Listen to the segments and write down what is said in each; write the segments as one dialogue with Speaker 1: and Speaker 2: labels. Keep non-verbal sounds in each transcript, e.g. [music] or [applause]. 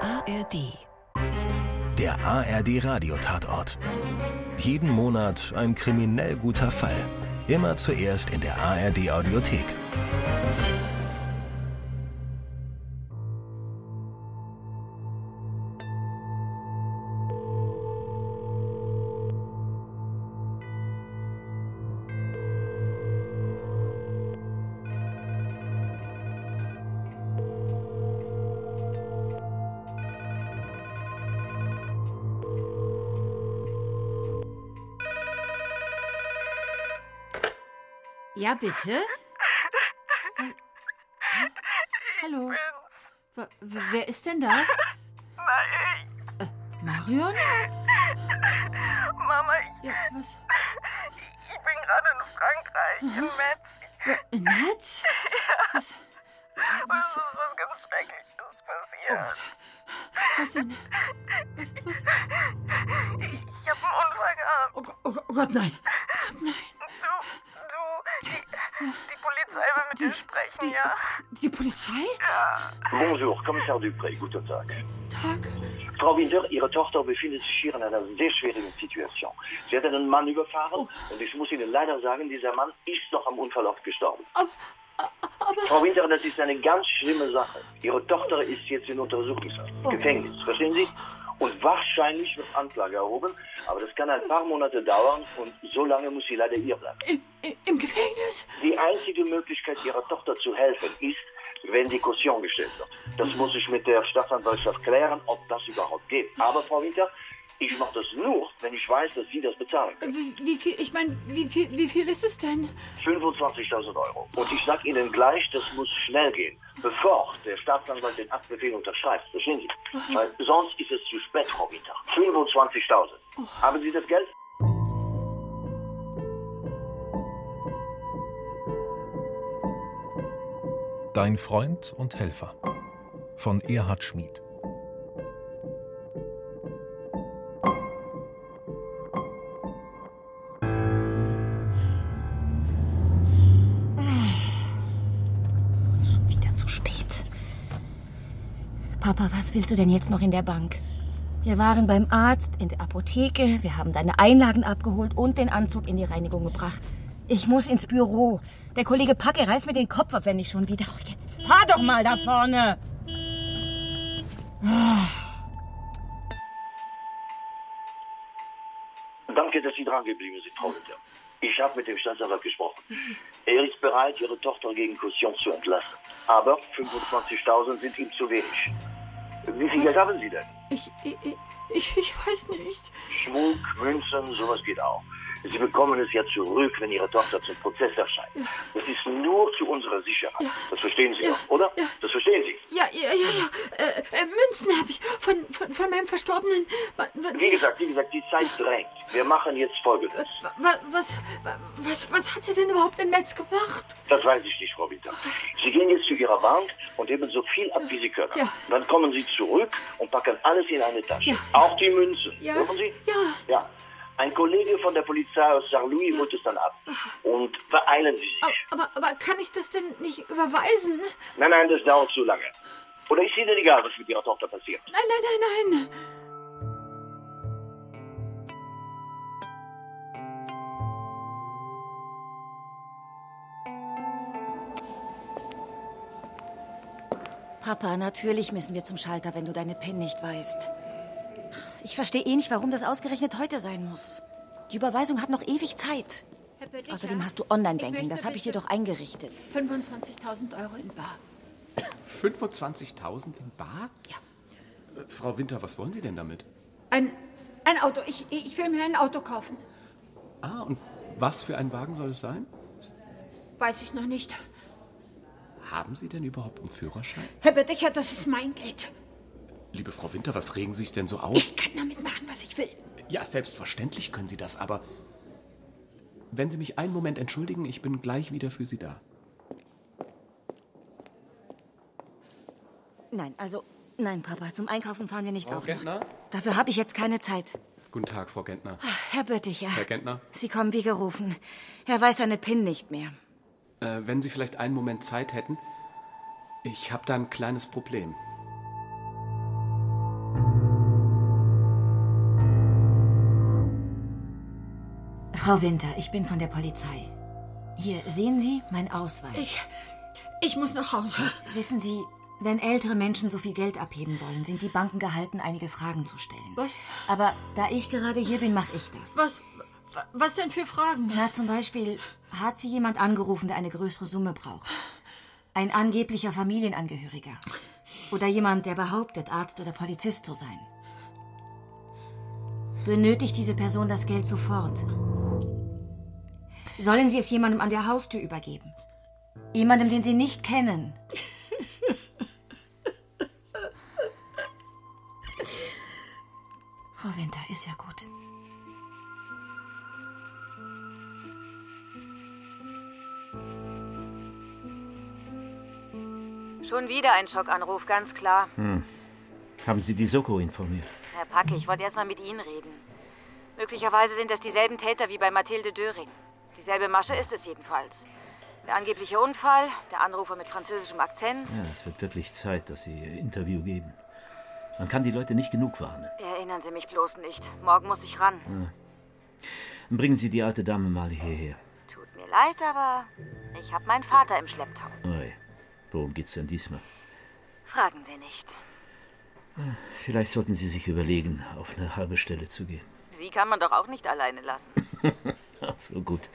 Speaker 1: ARD.
Speaker 2: Der ARD Radiotatort. Jeden Monat ein kriminell guter Fall. Immer zuerst in der ARD Audiothek.
Speaker 3: Ja, bitte? Hallo? Wa- w- Wer ist denn da?
Speaker 4: Na, ich,
Speaker 3: Marion?
Speaker 4: Mama, ich,
Speaker 3: Ja, was?
Speaker 4: ich bin gerade in Frankreich, im Metz.
Speaker 3: Wa- Netz? Was?
Speaker 4: Und es
Speaker 3: Was,
Speaker 4: ist was ganz Schreckliches passiert.
Speaker 3: was denn? Was, was?
Speaker 4: Ich, ich habe einen Unfall gehabt.
Speaker 3: Oh, Go- oh, Go- oh Gott, nein. Gott, nein.
Speaker 4: Du, du, die, die Polizei will mit dir sprechen, ja?
Speaker 3: Oh, Die Polizei?
Speaker 5: Bonjour, Kommissar Dupré, guten Tag.
Speaker 3: Tag.
Speaker 5: Frau Winter, Ihre Tochter befindet sich hier in einer sehr schwierigen Situation. Sie hat einen Mann überfahren
Speaker 4: Oh.
Speaker 5: und ich muss Ihnen leider sagen, dieser Mann ist noch am Unfallort gestorben. Frau Winter, das ist eine ganz schlimme Sache. Ihre Tochter ist jetzt in Untersuchungshaft,
Speaker 4: Oh.
Speaker 5: Gefängnis, verstehen Sie? Und wahrscheinlich wird Anklage erhoben, aber das kann ein paar Monate dauern und so lange muss sie leider hier bleiben.
Speaker 3: Im, im- im Gefängnis?
Speaker 5: Die einzige Möglichkeit, ihrer Tochter zu helfen, ist, wenn die Kaution gestellt wird. Das muss ich mit der Staatsanwaltschaft klären, ob das überhaupt geht. Aber, Frau Winter, ich mache das nur, wenn ich weiß, dass Sie das bezahlen können.
Speaker 3: Wie, wie viel? Ich meine, wie viel, wie viel ist es denn?
Speaker 5: 25.000 Euro. Und ich sage Ihnen gleich, das muss schnell gehen, bevor der Staatsanwalt den Aktbefehl unterschreibt. Verstehen Sie? Weil sonst ist es zu spät, Frau Winter. 25.000.
Speaker 3: Oh.
Speaker 5: Haben Sie das Geld?
Speaker 6: Dein Freund und Helfer von Erhard Schmid.
Speaker 7: Wieder zu spät. Papa, was willst du denn jetzt noch in der Bank? Wir waren beim Arzt, in der Apotheke, wir haben deine Einlagen abgeholt und den Anzug in die Reinigung gebracht. Ich muss ins Büro. Der Kollege Packe reißt mir den Kopf ab, wenn ich schon wieder. Oh, jetzt fahr doch mal da vorne!
Speaker 5: Danke, dass Sie dran geblieben sind, Frau Winter. Ich habe mit dem Staatsanwalt gesprochen.
Speaker 3: Mhm.
Speaker 5: Er ist bereit, Ihre Tochter gegen Kaution zu entlassen. Aber 25.000 sind ihm zu wenig. Wie viel Geld haben Sie denn?
Speaker 3: Ich, ich, ich, ich weiß nicht.
Speaker 5: Schmuck, Münzen, sowas geht auch. Sie bekommen es ja zurück, wenn Ihre Tochter zum Prozess erscheint. Das ist nur zu unserer Sicherheit. Das verstehen Sie doch, oder? Das verstehen Sie.
Speaker 3: Ja, ja, ja, ja. Äh, äh, Münzen habe ich von, von, von meinem Verstorbenen. Wa- wa-
Speaker 5: Wie gesagt, wie gesagt, die Zeit drängt. Wir machen jetzt Folgendes.
Speaker 3: Wa- Was, wa- was, was hat sie denn überhaupt in Metz gemacht?
Speaker 5: Das weiß ich nicht, Frau Winter. Sie gehen jetzt zu Ihrer Bank und heben so viel ab, wie Sie können.
Speaker 3: Ja.
Speaker 5: Dann kommen Sie zurück und packen alles in eine Tasche.
Speaker 3: Ja.
Speaker 5: Auch die Münzen.
Speaker 3: Ja.
Speaker 5: Hören Sie?
Speaker 3: Ja.
Speaker 5: Ja. Ein Kollege von der Polizei aus Saint-Louis holt es dann ab. Und beeilen Sie sich.
Speaker 3: Aber, aber, aber kann ich das denn nicht überweisen?
Speaker 5: Nein, nein, das dauert zu lange. Oder ist Ihnen egal, was mit Ihrer Tochter passiert?
Speaker 3: Nein, nein, nein, nein.
Speaker 7: Papa, natürlich müssen wir zum Schalter, wenn du deine PIN nicht weißt. Ich verstehe eh nicht, warum das ausgerechnet heute sein muss. Die Überweisung hat noch ewig Zeit. Außerdem hast du Online-Banking, das habe ich dir doch eingerichtet.
Speaker 3: 25.000 Euro in Bar.
Speaker 8: 25.000 in Bar? Ja. Frau Winter, was wollen Sie denn damit?
Speaker 3: Ein, ein Auto. Ich, ich will mir ein Auto kaufen.
Speaker 8: Ah, und was für ein Wagen soll es sein?
Speaker 3: Weiß ich noch nicht.
Speaker 8: Haben Sie denn überhaupt einen Führerschein?
Speaker 3: Herr Bedecker, das ist mein Geld.
Speaker 8: Liebe Frau Winter, was regen Sie sich denn so auf?
Speaker 3: Ich kann damit machen, was ich will.
Speaker 8: Ja, selbstverständlich können Sie das, aber wenn Sie mich einen Moment entschuldigen, ich bin gleich wieder für Sie da.
Speaker 7: Nein, also, nein, Papa, zum Einkaufen fahren wir nicht
Speaker 8: Frau
Speaker 7: auch
Speaker 8: Gentner?
Speaker 7: noch. Dafür habe ich jetzt keine Zeit.
Speaker 8: Guten Tag, Frau Gentner.
Speaker 3: Ah,
Speaker 7: Herr Bötticher,
Speaker 8: Herr Gentner,
Speaker 7: Sie kommen wie gerufen. Er weiß seine PIN nicht mehr.
Speaker 8: äh, wenn Sie vielleicht einen Moment Zeit hätten, ich habe da ein kleines Problem.
Speaker 7: Frau Winter, ich bin von der Polizei. Hier, sehen Sie meinen Ausweis.
Speaker 3: Ich, ich muss nach Hause.
Speaker 7: Wissen Sie, wenn ältere Menschen so viel Geld abheben wollen, sind die Banken gehalten, einige Fragen zu stellen.
Speaker 3: Was?
Speaker 7: Aber da ich gerade hier bin, mache ich das.
Speaker 3: Was, was denn für Fragen?
Speaker 7: Na, zum Beispiel, hat Sie jemand angerufen, der eine größere Summe braucht? Ein angeblicher Familienangehöriger. Oder jemand, der behauptet, Arzt oder Polizist zu sein. Benötigt diese Person das Geld sofort? Sollen Sie es jemandem an der Haustür übergeben? Jemandem, den Sie nicht kennen? [laughs] Frau Winter, ist ja gut. Schon wieder ein Schockanruf, ganz klar.
Speaker 9: Hm. Haben Sie die Soko informiert?
Speaker 7: Herr Packe, ich wollte erstmal mit Ihnen reden. Möglicherweise sind das dieselben Täter wie bei Mathilde Döring. Dieselbe Masche ist es jedenfalls. Der angebliche Unfall, der Anrufer mit französischem Akzent.
Speaker 9: Ja, es wird wirklich Zeit, dass Sie Ihr Interview geben. Man kann die Leute nicht genug warnen.
Speaker 7: Erinnern Sie mich bloß nicht. Morgen muss ich ran.
Speaker 9: Bringen Sie die alte Dame mal hierher.
Speaker 7: Tut mir leid, aber ich habe meinen Vater im Schlepptau.
Speaker 9: Oi, worum geht's denn diesmal?
Speaker 7: Fragen Sie nicht.
Speaker 9: Vielleicht sollten Sie sich überlegen, auf eine halbe Stelle zu gehen. [laughs]
Speaker 7: Sie kann man doch auch nicht alleine lassen.
Speaker 9: Ach so, gut.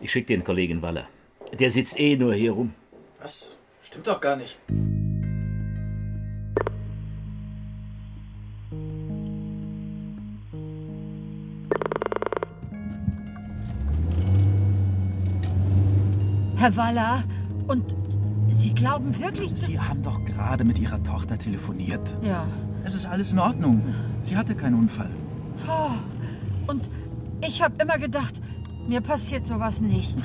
Speaker 9: Ich schicke den Kollegen Waller. Der sitzt eh nur hier rum.
Speaker 10: Was? Stimmt doch gar nicht.
Speaker 3: Herr Waller, und Sie glauben wirklich, dass...
Speaker 10: Sie haben doch gerade mit Ihrer Tochter telefoniert.
Speaker 3: Ja.
Speaker 10: Es ist alles in Ordnung. Sie hatte keinen Unfall.
Speaker 3: Und ich habe immer gedacht, mir passiert sowas nicht.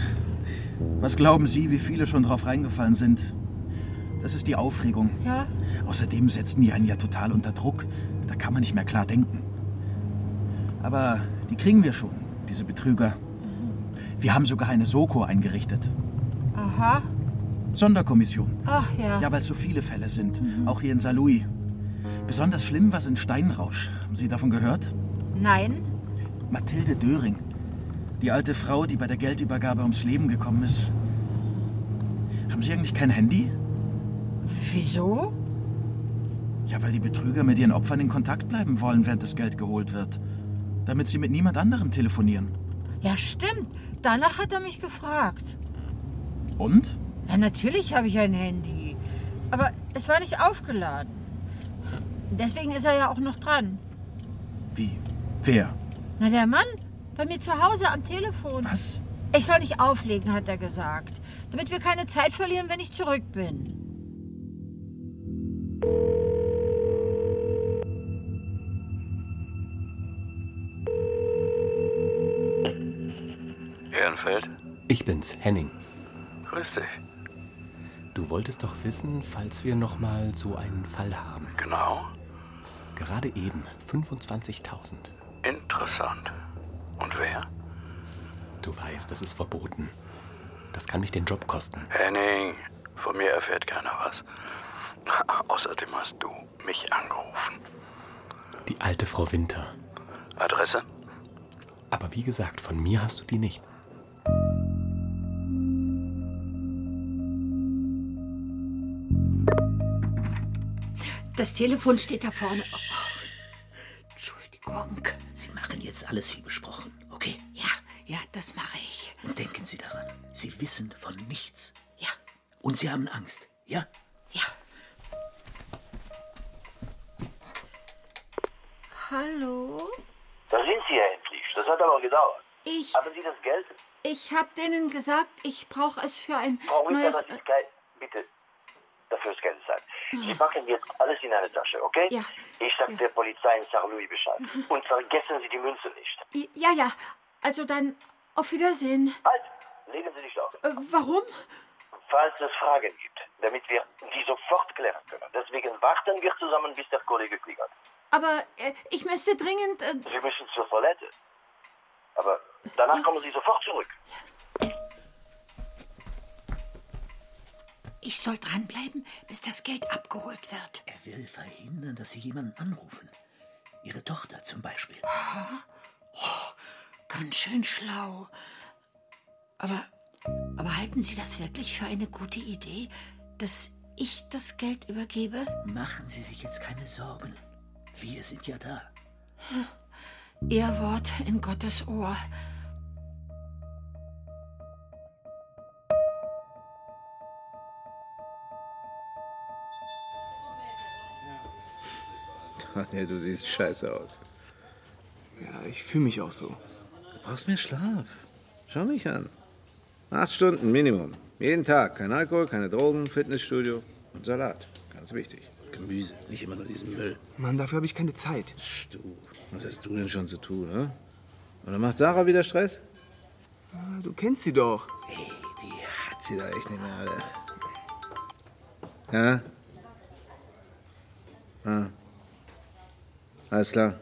Speaker 10: Was glauben Sie, wie viele schon drauf reingefallen sind? Das ist die Aufregung.
Speaker 3: Ja?
Speaker 10: Außerdem setzen die einen ja total unter Druck. Da kann man nicht mehr klar denken. Aber die kriegen wir schon, diese Betrüger. Wir haben sogar eine Soko eingerichtet.
Speaker 3: Aha.
Speaker 10: Sonderkommission.
Speaker 3: Ach ja.
Speaker 10: Ja, Mhm. weil es so viele Fälle sind. Auch hier in Saarlouis. Besonders schlimm war es in Steinrausch. Haben Sie davon gehört?
Speaker 3: Nein?
Speaker 10: Mathilde Döring. Die alte Frau, die bei der Geldübergabe ums Leben gekommen ist. Haben Sie eigentlich kein Handy?
Speaker 3: Wieso?
Speaker 10: Ja, weil die Betrüger mit ihren Opfern in Kontakt bleiben wollen, während das Geld geholt wird. Damit sie mit niemand anderem telefonieren.
Speaker 3: Ja, stimmt. Danach hat er mich gefragt.
Speaker 10: Und?
Speaker 3: Ja, natürlich habe ich ein Handy. Aber es war nicht aufgeladen. Deswegen ist er ja auch noch dran.
Speaker 10: Wie? Wer?
Speaker 3: Na, der Mann bei mir zu Hause am Telefon.
Speaker 10: Was?
Speaker 3: Ich soll nicht auflegen, hat er gesagt. Damit wir keine Zeit verlieren, wenn ich zurück bin.
Speaker 11: Ehrenfeld?
Speaker 8: Ich bin's, Henning.
Speaker 11: Grüß dich.
Speaker 8: Du wolltest doch wissen, falls wir nochmal so einen Fall haben.
Speaker 11: Genau.
Speaker 8: Gerade eben 25.000.
Speaker 11: Interessant. Und wer?
Speaker 8: Du weißt, das ist verboten. Das kann mich den Job kosten.
Speaker 11: Henning. Von mir erfährt keiner was. [laughs] Außerdem hast du mich angerufen.
Speaker 8: Die alte Frau Winter.
Speaker 11: Adresse?
Speaker 8: Aber wie gesagt, von mir hast du die nicht.
Speaker 3: Das Telefon steht da vorne.
Speaker 12: Entschuldigung, Sie machen jetzt alles wie besprochen, okay?
Speaker 3: Ja, ja, das mache ich.
Speaker 12: Und denken Sie daran, Sie wissen von nichts.
Speaker 3: Ja,
Speaker 12: Und Sie haben Angst, ja?
Speaker 3: ja. Hallo?
Speaker 5: Da sind Sie, Herr Hendrich. Das hat aber gedauert.
Speaker 3: Ich,
Speaker 5: Haben Sie das Geld?
Speaker 3: ich habe denen gesagt, ich brauche es für ein
Speaker 5: Frau Winter,
Speaker 3: neues...
Speaker 5: das ist kein... Bitte, dafür ist keine Zeit. Sie packen jetzt alles in eine Tasche, okay?
Speaker 3: Ja. Mhm.
Speaker 5: Ich sag der Polizei in Saarlouis Bescheid. Und vergessen Sie die Münze nicht.
Speaker 3: Ja, ja. Also dann auf Wiedersehen.
Speaker 5: Halt, legen Sie nicht auf.
Speaker 3: Äh, warum?
Speaker 5: Falls es Fragen gibt, damit wir die sofort klären können. Deswegen warten wir zusammen, bis der Kollege klickert.
Speaker 3: Aber äh, ich müsste dringend... Äh,
Speaker 5: Sie müssen zur Toilette. Aber danach kommen Sie sofort zurück.
Speaker 3: ich soll dranbleiben, bis das Geld abgeholt wird.
Speaker 12: Er will verhindern, dass Sie jemanden anrufen. Ihre Tochter zum Beispiel.
Speaker 3: Oh, Ganz schön schlau. Aber, aber halten Sie das wirklich für eine gute Idee, dass ich das Geld übergebe?
Speaker 12: Machen Sie sich jetzt keine Sorgen. Wir sind ja da.
Speaker 3: Hm. Ihr Wort in Gottes Ohr.
Speaker 13: [laughs] Daniel, du siehst scheiße aus.
Speaker 14: Ja, ich fühle mich auch so.
Speaker 13: Du brauchst mehr Schlaf. Schau mich an. Acht Stunden Minimum. Jeden Tag. Kein Alkohol, keine Drogen, Fitnessstudio und Salat. Ganz wichtig. Gemüse, nicht immer nur diesen Müll.
Speaker 14: Mann, dafür habe ich keine Zeit.
Speaker 13: Du, was hast du denn schon zu tun, ne? Und dann macht Sarah wieder Stress?
Speaker 14: Ah, Du kennst sie doch.
Speaker 13: Ey, die hat sie da echt nicht mehr, Alter. Ja? Ah. Alles klar.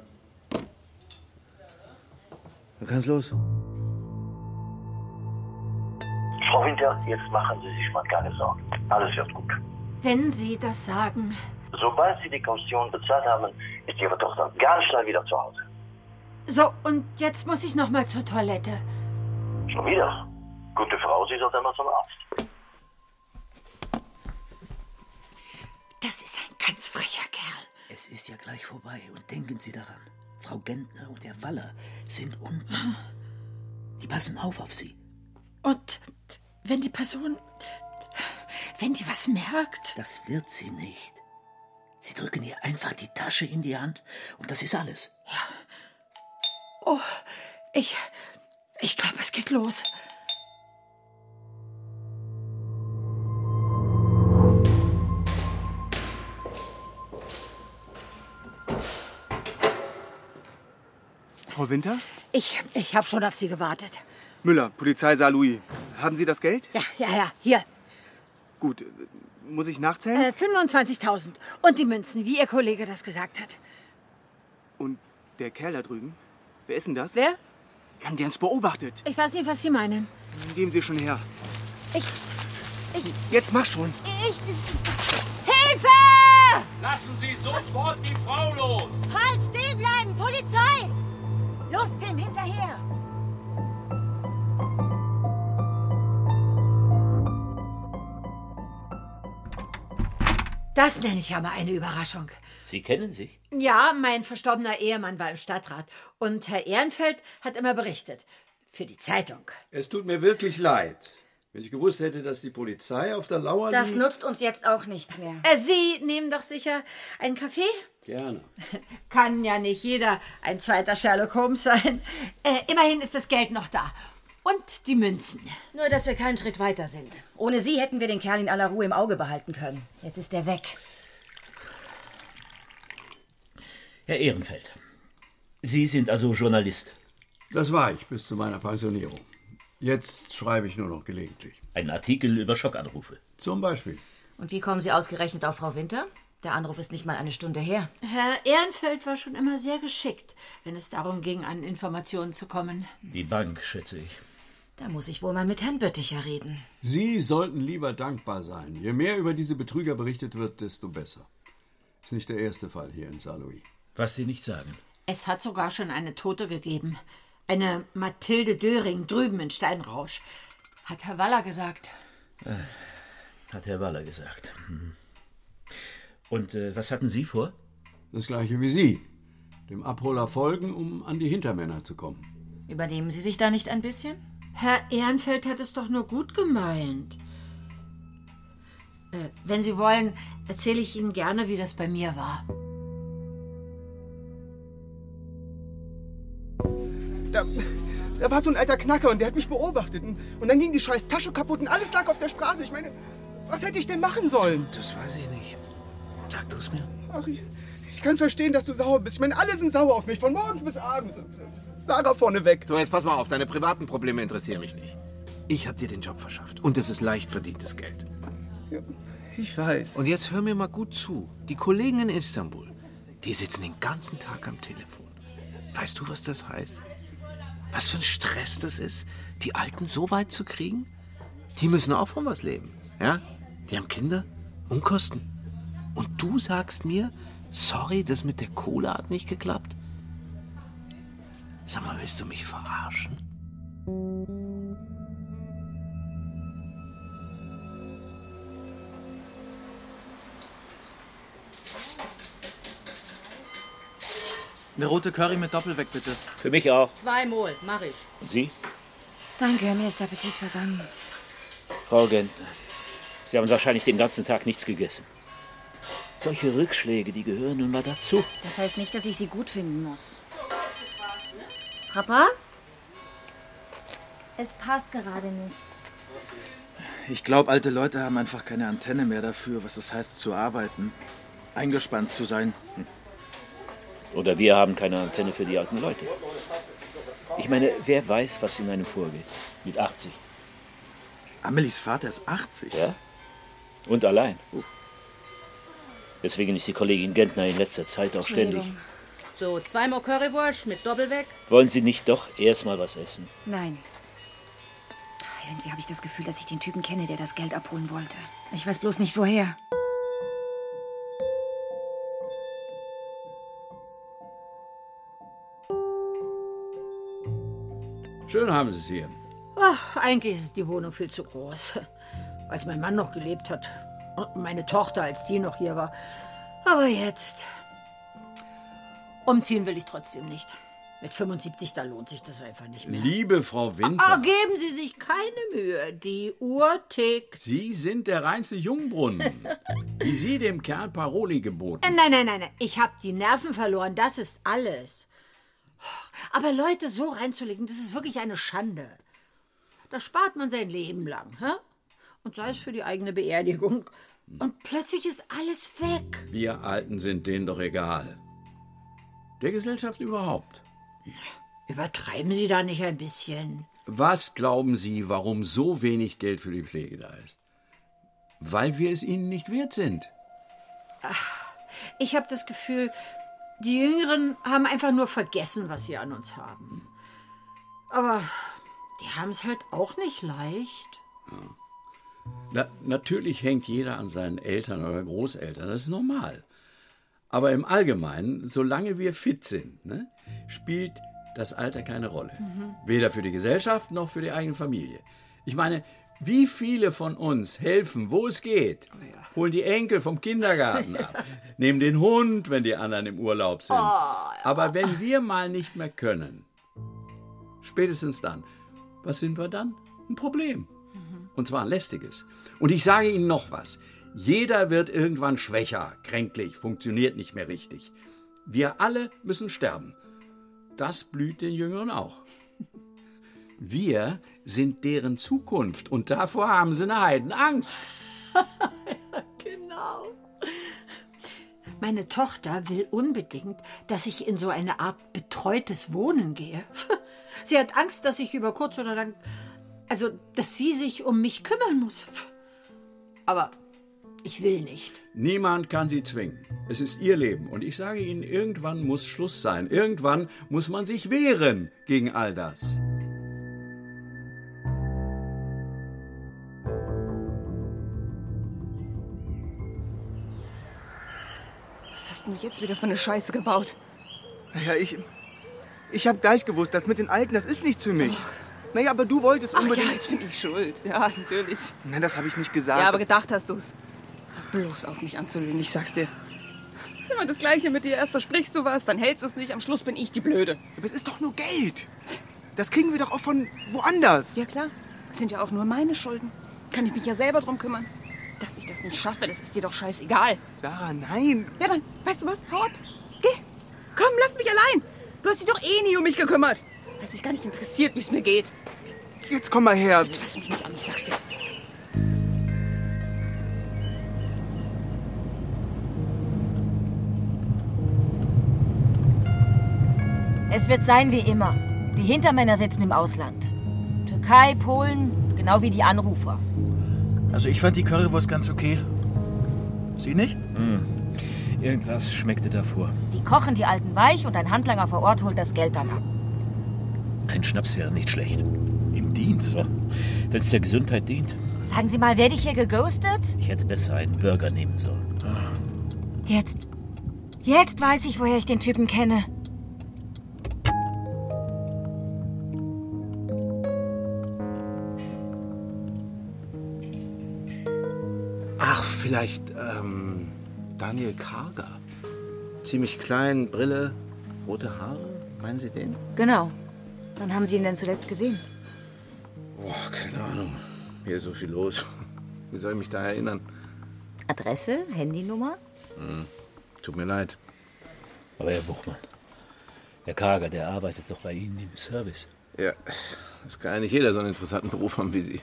Speaker 13: Dann kann's los.
Speaker 5: Frau Winter, jetzt machen Sie sich mal keine Sorgen. Alles wird gut.
Speaker 3: Wenn Sie das sagen.
Speaker 5: Sobald Sie die Kaution bezahlt haben, ist Ihre Tochter ganz schnell wieder zu Hause.
Speaker 3: So, und jetzt muss ich noch mal zur Toilette.
Speaker 5: Schon wieder? Gute Frau, Sie sollte mal zum Arzt.
Speaker 3: Das ist ein ganz frecher Kerl.
Speaker 12: Es ist ja gleich vorbei und denken Sie daran. Frau Gentner und Herr Waller sind
Speaker 3: Hm.
Speaker 12: unten. Die passen auf auf Sie.
Speaker 3: Und wenn die Person. Wenn die was merkt.
Speaker 12: Das wird sie nicht. Sie drücken ihr einfach die Tasche in die Hand und das ist alles.
Speaker 3: Oh, ich. Ich glaube, es geht los.
Speaker 14: Frau Winter?
Speaker 3: Ich, ich habe schon auf Sie gewartet.
Speaker 14: Müller, Polizei Saarlouis. Haben Sie das Geld?
Speaker 3: Ja, ja, ja, hier.
Speaker 14: Gut. äh, Muss ich nachzählen?
Speaker 3: Äh, 25.000. Und die Münzen, wie Ihr Kollege das gesagt hat.
Speaker 14: Und der Kerl da drüben? Wer ist denn das?
Speaker 3: Wer?
Speaker 14: Wir haben die uns beobachtet.
Speaker 3: Ich weiß nicht, was Sie meinen.
Speaker 14: Geben Sie schon her.
Speaker 3: Ich. Ich.
Speaker 14: Jetzt mach schon.
Speaker 3: Ich. Hilfe!
Speaker 15: Lassen Sie sofort die Frau los!
Speaker 16: Halt, stehen bleiben! Polizei! Los, Tim, hinterher!
Speaker 3: Das nenne ich ja mal eine Überraschung.
Speaker 9: Sie kennen sich?
Speaker 3: Ja, mein verstorbener Ehemann war im Stadtrat. Und Herr Ehrenfeld hat immer berichtet. Für die Zeitung.
Speaker 11: Es tut mir wirklich leid. Wenn ich gewusst hätte, dass die Polizei auf der Lauer
Speaker 7: Das
Speaker 11: liegt-
Speaker 7: nutzt uns jetzt auch nichts mehr.
Speaker 3: Äh, Sie nehmen doch sicher einen Kaffee?
Speaker 11: Gerne.
Speaker 3: Kann ja nicht jeder ein zweiter Sherlock Holmes sein. Äh, immerhin ist das Geld noch da. Und die Münzen.
Speaker 7: Nur, dass wir keinen Schritt weiter sind. Ohne sie hätten wir den Kerl in aller Ruhe im Auge behalten können. Jetzt ist er weg.
Speaker 9: Herr Ehrenfeld, Sie sind also Journalist.
Speaker 11: Das war ich bis zu meiner Pensionierung. Jetzt schreibe ich nur noch gelegentlich.
Speaker 9: Ein Artikel über Schockanrufe.
Speaker 11: Zum Beispiel.
Speaker 7: Und wie kommen Sie ausgerechnet auf Frau Winter? Der Anruf ist nicht mal eine Stunde her.
Speaker 3: Herr Ehrenfeld war schon immer sehr geschickt, wenn es darum ging, an Informationen zu kommen.
Speaker 9: Die Bank, schätze ich.
Speaker 7: Da muss ich wohl mal mit Herrn Bötticher reden.
Speaker 11: Sie sollten lieber dankbar sein. Je mehr über diese Betrüger berichtet wird, desto besser. Ist nicht der erste Fall hier in Saarlouis.
Speaker 9: Was Sie nicht sagen.
Speaker 3: Es hat sogar schon eine Tote gegeben. Eine Mathilde Döring drüben in Steinrausch. Hat Herr Waller gesagt.
Speaker 9: Äh, Hat Herr Waller gesagt. Hm. Und äh, was hatten Sie vor?
Speaker 11: Das gleiche wie Sie. Dem Abholer folgen, um an die Hintermänner zu kommen.
Speaker 7: Übernehmen Sie sich da nicht ein bisschen?
Speaker 3: Herr Ehrenfeld hat es doch nur gut gemeint. Äh, wenn Sie wollen, erzähle ich Ihnen gerne, wie das bei mir war.
Speaker 14: Da, da war so ein alter Knacker und der hat mich beobachtet. Und, und dann ging die scheiß Tasche kaputt und alles lag auf der Straße. Ich meine, was hätte ich denn machen sollen?
Speaker 13: Das weiß ich nicht. Sag du es mir.
Speaker 14: Ach, ich, ich kann verstehen, dass du sauer bist. Ich meine, alle sind sauer auf mich, von morgens bis abends. Sarah vorne weg.
Speaker 13: So, jetzt pass mal auf. Deine privaten Probleme interessieren mich nicht. Ich hab dir den Job verschafft. Und es ist leicht verdientes Geld.
Speaker 14: Ich weiß.
Speaker 13: Und jetzt hör mir mal gut zu. Die Kollegen in Istanbul, die sitzen den ganzen Tag am Telefon. Weißt du, was das heißt? Was für ein Stress das ist, die Alten so weit zu kriegen? Die müssen auch von was leben, ja? Die haben Kinder, Unkosten. Und du sagst mir, sorry, das mit der Kohle hat nicht geklappt? Sag mal, willst du mich verarschen?
Speaker 10: Eine rote Curry mit Doppelweck, bitte.
Speaker 9: Für mich auch.
Speaker 3: Zweimal, mach ich.
Speaker 9: Und Sie?
Speaker 7: Danke, mir ist der Appetit vergangen.
Speaker 9: Frau Gentner, Sie haben wahrscheinlich den ganzen Tag nichts gegessen. Solche Rückschläge, die gehören nun mal dazu.
Speaker 7: Das heißt nicht, dass ich sie gut finden muss. Papa? Es passt gerade nicht.
Speaker 10: Ich glaube, alte Leute haben einfach keine Antenne mehr dafür, was es heißt zu arbeiten. Eingespannt zu sein.
Speaker 9: Oder wir haben keine Antenne für die alten Leute. Ich meine, wer weiß, was in einem vorgeht? Mit 80.
Speaker 10: Amelies Vater ist 80.
Speaker 9: Ja. Und allein. Deswegen ist die Kollegin Gentner in letzter Zeit auch ständig.
Speaker 3: So, zweimal Currywurst mit Doppelweg.
Speaker 9: Wollen Sie nicht doch erstmal was essen?
Speaker 7: Nein. Ach, Irgendwie habe ich das Gefühl, dass ich den Typen kenne, der das Geld abholen wollte. Ich weiß bloß nicht, woher.
Speaker 11: Schön haben Sie es hier.
Speaker 3: Ach, eigentlich ist die Wohnung viel zu groß. Als mein Mann noch gelebt hat und meine Tochter, als die noch hier war. Aber jetzt. Umziehen will ich trotzdem nicht. Mit 75, da lohnt sich das einfach nicht mehr.
Speaker 11: Liebe Frau
Speaker 3: Ah,
Speaker 11: Winter,
Speaker 3: geben Sie sich keine Mühe. Die Uhr tickt.
Speaker 11: Sie sind der reinste [laughs] Jungbrunnen, wie Sie dem Kerl Paroli geboten.
Speaker 3: Äh, Nein, nein, nein, nein. Ich habe die Nerven verloren. Das ist alles. Aber Leute so reinzulegen, das ist wirklich eine Schande. Da spart man sein Leben lang. Hä? Und sei es für die eigene Beerdigung. Und plötzlich ist alles weg.
Speaker 11: Wir Alten sind denen doch egal. Der Gesellschaft überhaupt.
Speaker 3: Übertreiben Sie da nicht ein bisschen.
Speaker 11: Was glauben Sie, warum so wenig Geld für die Pflege da ist? Weil wir es ihnen nicht wert sind.
Speaker 3: Ich habe das Gefühl, die Jüngeren haben einfach nur vergessen, was sie an uns haben. Aber die haben es halt auch nicht leicht.
Speaker 11: Na, natürlich hängt jeder an seinen Eltern oder Großeltern, das ist normal. Aber im Allgemeinen, solange wir fit sind, ne, spielt das Alter keine Rolle.
Speaker 3: Mhm.
Speaker 11: Weder für die Gesellschaft noch für die eigene Familie. Ich meine, wie viele von uns helfen, wo es geht?
Speaker 3: Oh
Speaker 11: Holen die Enkel vom
Speaker 3: [laughs]
Speaker 11: Kindergarten ab, nehmen den Hund, wenn die anderen im Urlaub sind.
Speaker 3: Oh, ja.
Speaker 11: Aber wenn wir mal nicht mehr können, spätestens dann, was sind wir dann? Ein Problem.
Speaker 3: Mhm.
Speaker 11: Und zwar ein lästiges. Und ich sage Ihnen noch was. Jeder wird irgendwann schwächer, kränklich, funktioniert nicht mehr richtig. Wir alle müssen sterben. Das blüht den Jüngeren auch. Wir sind deren Zukunft und davor haben sie eine Heidenangst.
Speaker 3: Genau. Meine Tochter will unbedingt, dass ich in so eine Art betreutes Wohnen gehe. [laughs] Sie hat Angst, dass ich über kurz oder lang, also dass sie sich um mich kümmern muss. Aber ich will nicht.
Speaker 11: Niemand kann sie zwingen. Es ist ihr Leben und ich sage Ihnen, irgendwann muss Schluss sein. Irgendwann muss man sich wehren gegen all das.
Speaker 4: Was hast du denn jetzt wieder für eine Scheiße gebaut?
Speaker 14: Naja, ich. Ich hab gleich gewusst, das mit den Alten, das ist nichts für mich. Naja, aber du wolltest unbedingt.
Speaker 4: ja, jetzt bin ich schuld. Ja, natürlich.
Speaker 14: Nein, das habe ich nicht gesagt.
Speaker 4: Ja, aber gedacht hast du's. Hör Bloß auf mich anzulügen, ich sag's dir. Das ist immer das Gleiche mit dir. Erst versprichst du was, dann hältst du es nicht. Am Schluss bin ich die Blöde.
Speaker 14: Aber es ist doch nur Geld. Das kriegen wir doch auch von woanders.
Speaker 4: Ja, klar. Das sind ja auch nur meine Schulden. Kann ich mich ja selber drum kümmern. Dass ich das nicht schaffe, das ist dir doch scheißegal.
Speaker 14: Sarah, nein.
Speaker 4: Ja, dann, weißt du was? Hau ab. Geh. Komm, lass mich allein. Du hast dich doch eh nie um mich gekümmert. Weiß dich gar nicht interessiert, wie es mir geht.
Speaker 14: Jetzt komm mal her.
Speaker 4: Jetzt fass mich nicht an, ich sag's dir.
Speaker 7: Es wird sein wie immer. Die Hintermänner sitzen im Ausland. Türkei, Polen, genau wie die Anrufer.
Speaker 10: Also ich fand die Currywurst ganz okay. Sie nicht?
Speaker 9: Hm. Irgendwas schmeckte davor.
Speaker 7: Die kochen die Alten weich und ein Handlanger vor Ort holt das Geld dann ab.
Speaker 9: Ein Schnaps wäre nicht schlecht.
Speaker 10: Im Dienst?
Speaker 9: Ja. Wenn es der Gesundheit dient.
Speaker 7: Sagen Sie mal, werde ich hier geghostet?
Speaker 9: Ich hätte besser einen Burger nehmen sollen.
Speaker 13: Ah.
Speaker 7: Jetzt. Jetzt weiß ich, woher ich den Typen kenne.
Speaker 13: Vielleicht ähm, Daniel Karger. Ziemlich klein, Brille, rote Haare. Meinen Sie den?
Speaker 7: Genau. Wann haben Sie ihn denn zuletzt gesehen?
Speaker 13: Boah, keine Ahnung. Hier ist so viel los. Wie soll ich mich da erinnern?
Speaker 7: Adresse? Handynummer?
Speaker 13: Hm, Tut mir leid.
Speaker 9: Aber Herr Buchmann, Herr Karger, der arbeitet doch bei Ihnen im Service.
Speaker 13: Ja, es kann ja nicht jeder so einen interessanten Beruf haben wie Sie.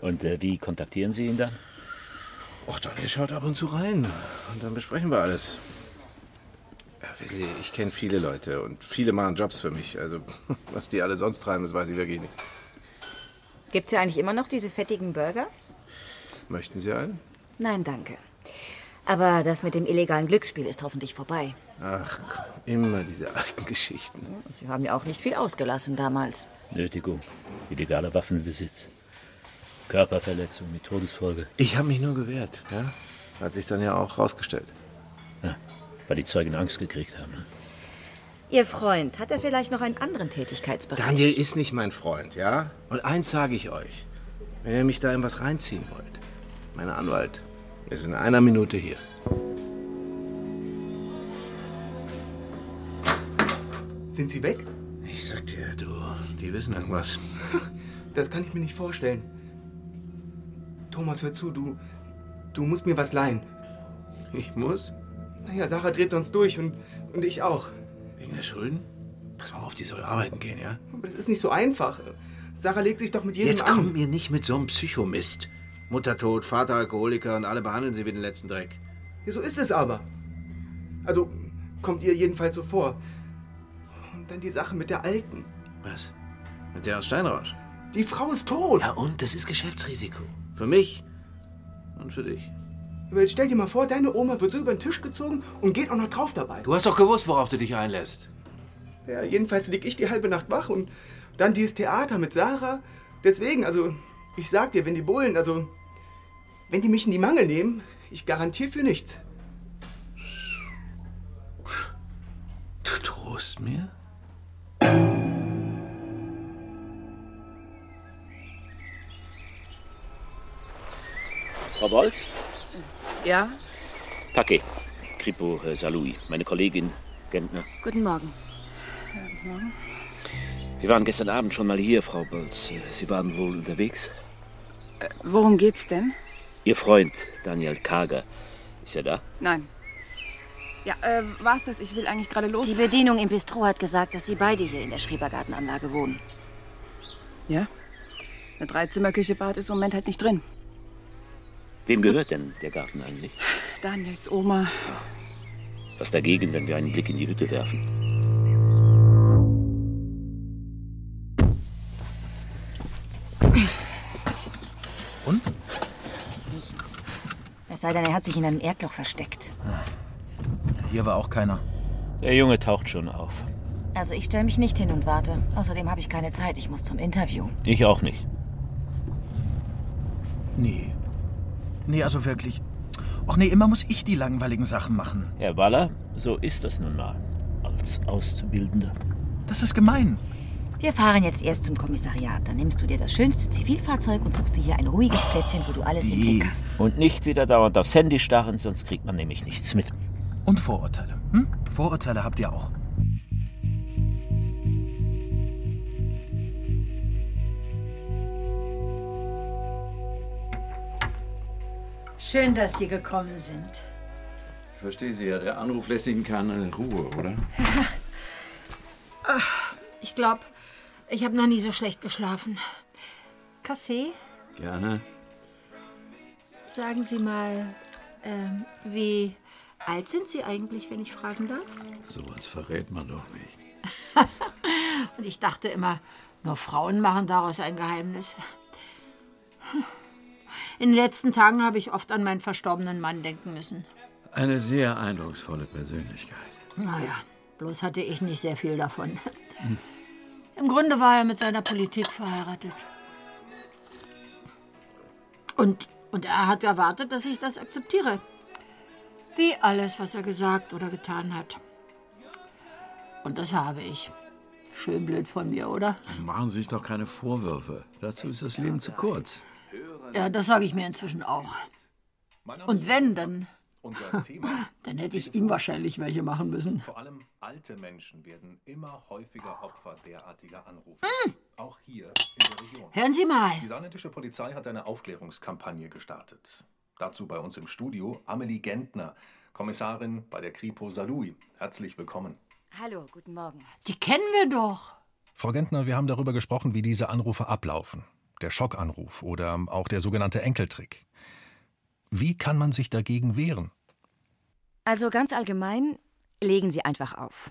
Speaker 9: Und äh, wie kontaktieren Sie ihn dann?
Speaker 13: Och, Daniel schaut ab und zu rein. Und dann besprechen wir alles. Ja, wissen Sie, ich kenne viele Leute und viele machen Jobs für mich. Also, [laughs] was die alle sonst treiben, das weiß ich wirklich nicht.
Speaker 7: Gibt's ja eigentlich immer noch diese fettigen Burger?
Speaker 13: Möchten Sie einen?
Speaker 7: Nein, danke. Aber das mit dem illegalen Glücksspiel ist hoffentlich vorbei.
Speaker 13: Ach komm, immer diese alten Geschichten.
Speaker 7: Sie haben ja auch nicht viel ausgelassen damals.
Speaker 9: Nötigung, illegaler Waffenbesitz, Körperverletzung mit Todesfolge.
Speaker 13: Ich habe mich nur gewehrt, ja? Hat sich dann ja auch rausgestellt.
Speaker 9: Ja, weil Ah. die Zeugen Angst gekriegt haben. Ne?
Speaker 7: Ihr Freund, hat er vielleicht noch einen anderen Tätigkeitsbereich?
Speaker 13: Daniel ist nicht mein Freund, ja? Und eins sage ich euch. Wenn ihr mich da in was reinziehen wollt, mein Anwalt ist in einer Minute hier.
Speaker 14: Sind Sie weg?
Speaker 13: Ich sag dir, du, die wissen irgendwas.
Speaker 14: [laughs] Das kann ich mir nicht vorstellen. Thomas, hör zu, du. Du musst mir was leihen.
Speaker 13: Ich muss?
Speaker 14: Naja, Sarah dreht sonst durch und, und ich auch.
Speaker 13: Wegen der Schulden? Pass mal auf, die soll arbeiten gehen, ja?
Speaker 14: Aber das ist nicht so einfach. Sarah legt sich doch mit jedem
Speaker 13: Jetzt
Speaker 14: an.
Speaker 13: kommt mir nicht mit so einem Psychomist. Mutter tot, Vater Alkoholiker und alle behandeln sie wie den letzten Dreck.
Speaker 14: Ja, so ist es aber. Also kommt ihr jedenfalls so vor. Und dann die Sache mit der Alten.
Speaker 13: Was? Mit der aus Steinrausch?
Speaker 14: Die Frau ist tot.
Speaker 13: Ja und, das ist Geschäftsrisiko. Für mich und für dich.
Speaker 14: Aber jetzt stell dir mal vor, deine Oma wird so über den Tisch gezogen und geht auch noch drauf dabei.
Speaker 13: Du hast doch gewusst, worauf du dich einlässt.
Speaker 14: Ja, jedenfalls lieg ich die halbe Nacht wach und dann dieses Theater mit Sarah. Deswegen, also, ich sag dir, wenn die Bullen, also, wenn die mich in die Mangel nehmen, ich garantiere für nichts.
Speaker 13: Du drohst mir?
Speaker 9: Frau Bolz,
Speaker 4: Ja?
Speaker 9: Pake, Kripo äh, Salui, meine Kollegin Gentner.
Speaker 7: Guten Morgen.
Speaker 9: Wir waren gestern Abend schon mal hier, Frau Bolz. Äh, Sie waren wohl unterwegs?
Speaker 4: Worum geht's denn?
Speaker 9: Ihr Freund, Daniel Karger, ist er da?
Speaker 4: Nein. Ja, äh, war's das? Ich will eigentlich gerade los.
Speaker 7: Die Bedienung im Bistro hat gesagt, dass Sie beide hier in der Schrebergartenanlage wohnen.
Speaker 4: Ja? Eine Dreizimmerküche Bad ist im Moment halt nicht drin.
Speaker 9: Wem gehört denn der Garten eigentlich?
Speaker 4: Daniels Oma.
Speaker 9: Was dagegen, wenn wir einen Blick in die Hütte werfen?
Speaker 2: Und?
Speaker 7: Nichts. Es sei denn, er hat sich in einem Erdloch versteckt.
Speaker 10: Hier war auch keiner.
Speaker 9: Der Junge taucht schon auf.
Speaker 7: Also ich stelle mich nicht hin und warte. Außerdem habe ich keine Zeit. Ich muss zum Interview.
Speaker 9: Ich auch nicht.
Speaker 10: Nee. Nee, also wirklich. Och nee, immer muss ich die langweiligen Sachen machen.
Speaker 9: Herr Waller, so ist das nun mal. Als Auszubildender.
Speaker 10: Das ist gemein.
Speaker 7: Wir fahren jetzt erst zum Kommissariat. Dann nimmst du dir das schönste Zivilfahrzeug und suchst dir hier ein ruhiges Plätzchen, wo du alles im Blick hast.
Speaker 9: Und nicht wieder dauernd aufs Handy starren, sonst kriegt man nämlich nichts mit.
Speaker 10: Und Vorurteile. Hm? Vorurteile habt ihr auch.
Speaker 3: Schön, dass Sie gekommen sind.
Speaker 17: Ich verstehe Sie ja, der Anruf lässt Ihnen keine Ruhe, oder?
Speaker 3: Ach, ich glaube, ich habe noch nie so schlecht geschlafen. Kaffee?
Speaker 17: Gerne.
Speaker 3: Sagen Sie mal, ähm, wie alt sind Sie eigentlich, wenn ich fragen darf?
Speaker 17: Sowas verrät man doch nicht.
Speaker 3: Und ich dachte immer, nur Frauen machen daraus ein Geheimnis. In den letzten Tagen habe ich oft an meinen verstorbenen Mann denken müssen.
Speaker 11: Eine sehr eindrucksvolle Persönlichkeit.
Speaker 3: Naja, bloß hatte ich nicht sehr viel davon. Im Grunde war er mit seiner Politik verheiratet. Und, und er hat erwartet, dass ich das akzeptiere. Wie alles, was er gesagt oder getan hat. Und das habe ich. Schön blöd von mir, oder?
Speaker 11: Machen Sie sich doch keine Vorwürfe. Dazu ist das Leben zu kurz.
Speaker 3: Ja, das sage ich mir inzwischen auch. Und wenn, dann. [laughs] Dann hätte ich ihm wahrscheinlich welche machen müssen.
Speaker 18: Vor allem alte Menschen werden immer häufiger Opfer derartiger Anrufe. Auch hier in der Region.
Speaker 3: Hm. Hören Sie mal.
Speaker 18: Die saarländische Polizei hat eine Aufklärungskampagne gestartet. Dazu bei uns im Studio Amelie Gentner, Kommissarin bei der Kripo Salui. Herzlich willkommen.
Speaker 7: Hallo, guten Morgen.
Speaker 3: Die kennen wir doch.
Speaker 2: Frau Gentner, wir haben darüber gesprochen, wie diese Anrufe ablaufen. Der Schockanruf oder auch der sogenannte Enkeltrick. Wie kann man sich dagegen wehren?
Speaker 7: Also ganz allgemein, legen Sie einfach auf.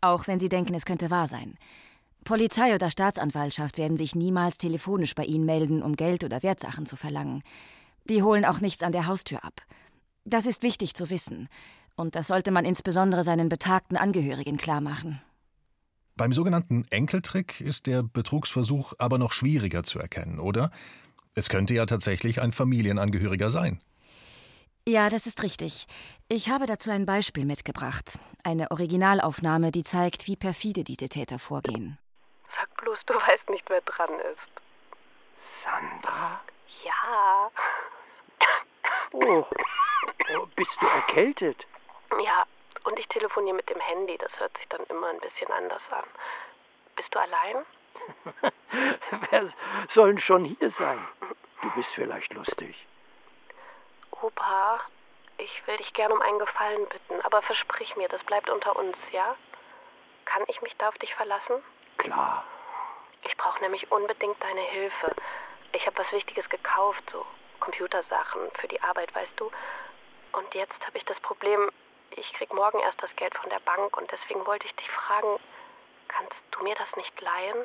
Speaker 7: Auch wenn Sie denken, es könnte wahr sein. Polizei oder Staatsanwaltschaft werden sich niemals telefonisch bei Ihnen melden, um Geld oder Wertsachen zu verlangen. Die holen auch nichts an der Haustür ab. Das ist wichtig zu wissen. Und das sollte man insbesondere seinen betagten Angehörigen klarmachen.
Speaker 2: Beim sogenannten Enkeltrick ist der Betrugsversuch aber noch schwieriger zu erkennen, oder? Es könnte ja tatsächlich ein Familienangehöriger sein.
Speaker 7: Ja, das ist richtig. Ich habe dazu ein Beispiel mitgebracht. Eine Originalaufnahme, die zeigt, wie perfide diese Täter vorgehen.
Speaker 19: Sag bloß, du weißt nicht, wer dran ist.
Speaker 12: Sandra?
Speaker 19: Ja.
Speaker 12: Oh, oh bist du erkältet? [laughs]
Speaker 19: Ja, und ich telefoniere mit dem Handy. Das hört sich dann immer ein bisschen anders an. Bist du allein?
Speaker 12: Wer soll denn schon hier sein? Du bist vielleicht lustig.
Speaker 19: Opa, ich will dich gern um einen Gefallen bitten, aber versprich mir, das bleibt unter uns, ja? Kann ich mich da auf dich verlassen?
Speaker 12: Klar.
Speaker 19: Ich brauche nämlich unbedingt deine Hilfe. Ich habe was Wichtiges gekauft, so Computersachen für die Arbeit, weißt du. Und jetzt habe ich das Problem, ich krieg morgen erst das Geld von der Bank und deswegen wollte ich dich fragen, kannst du mir das nicht leihen?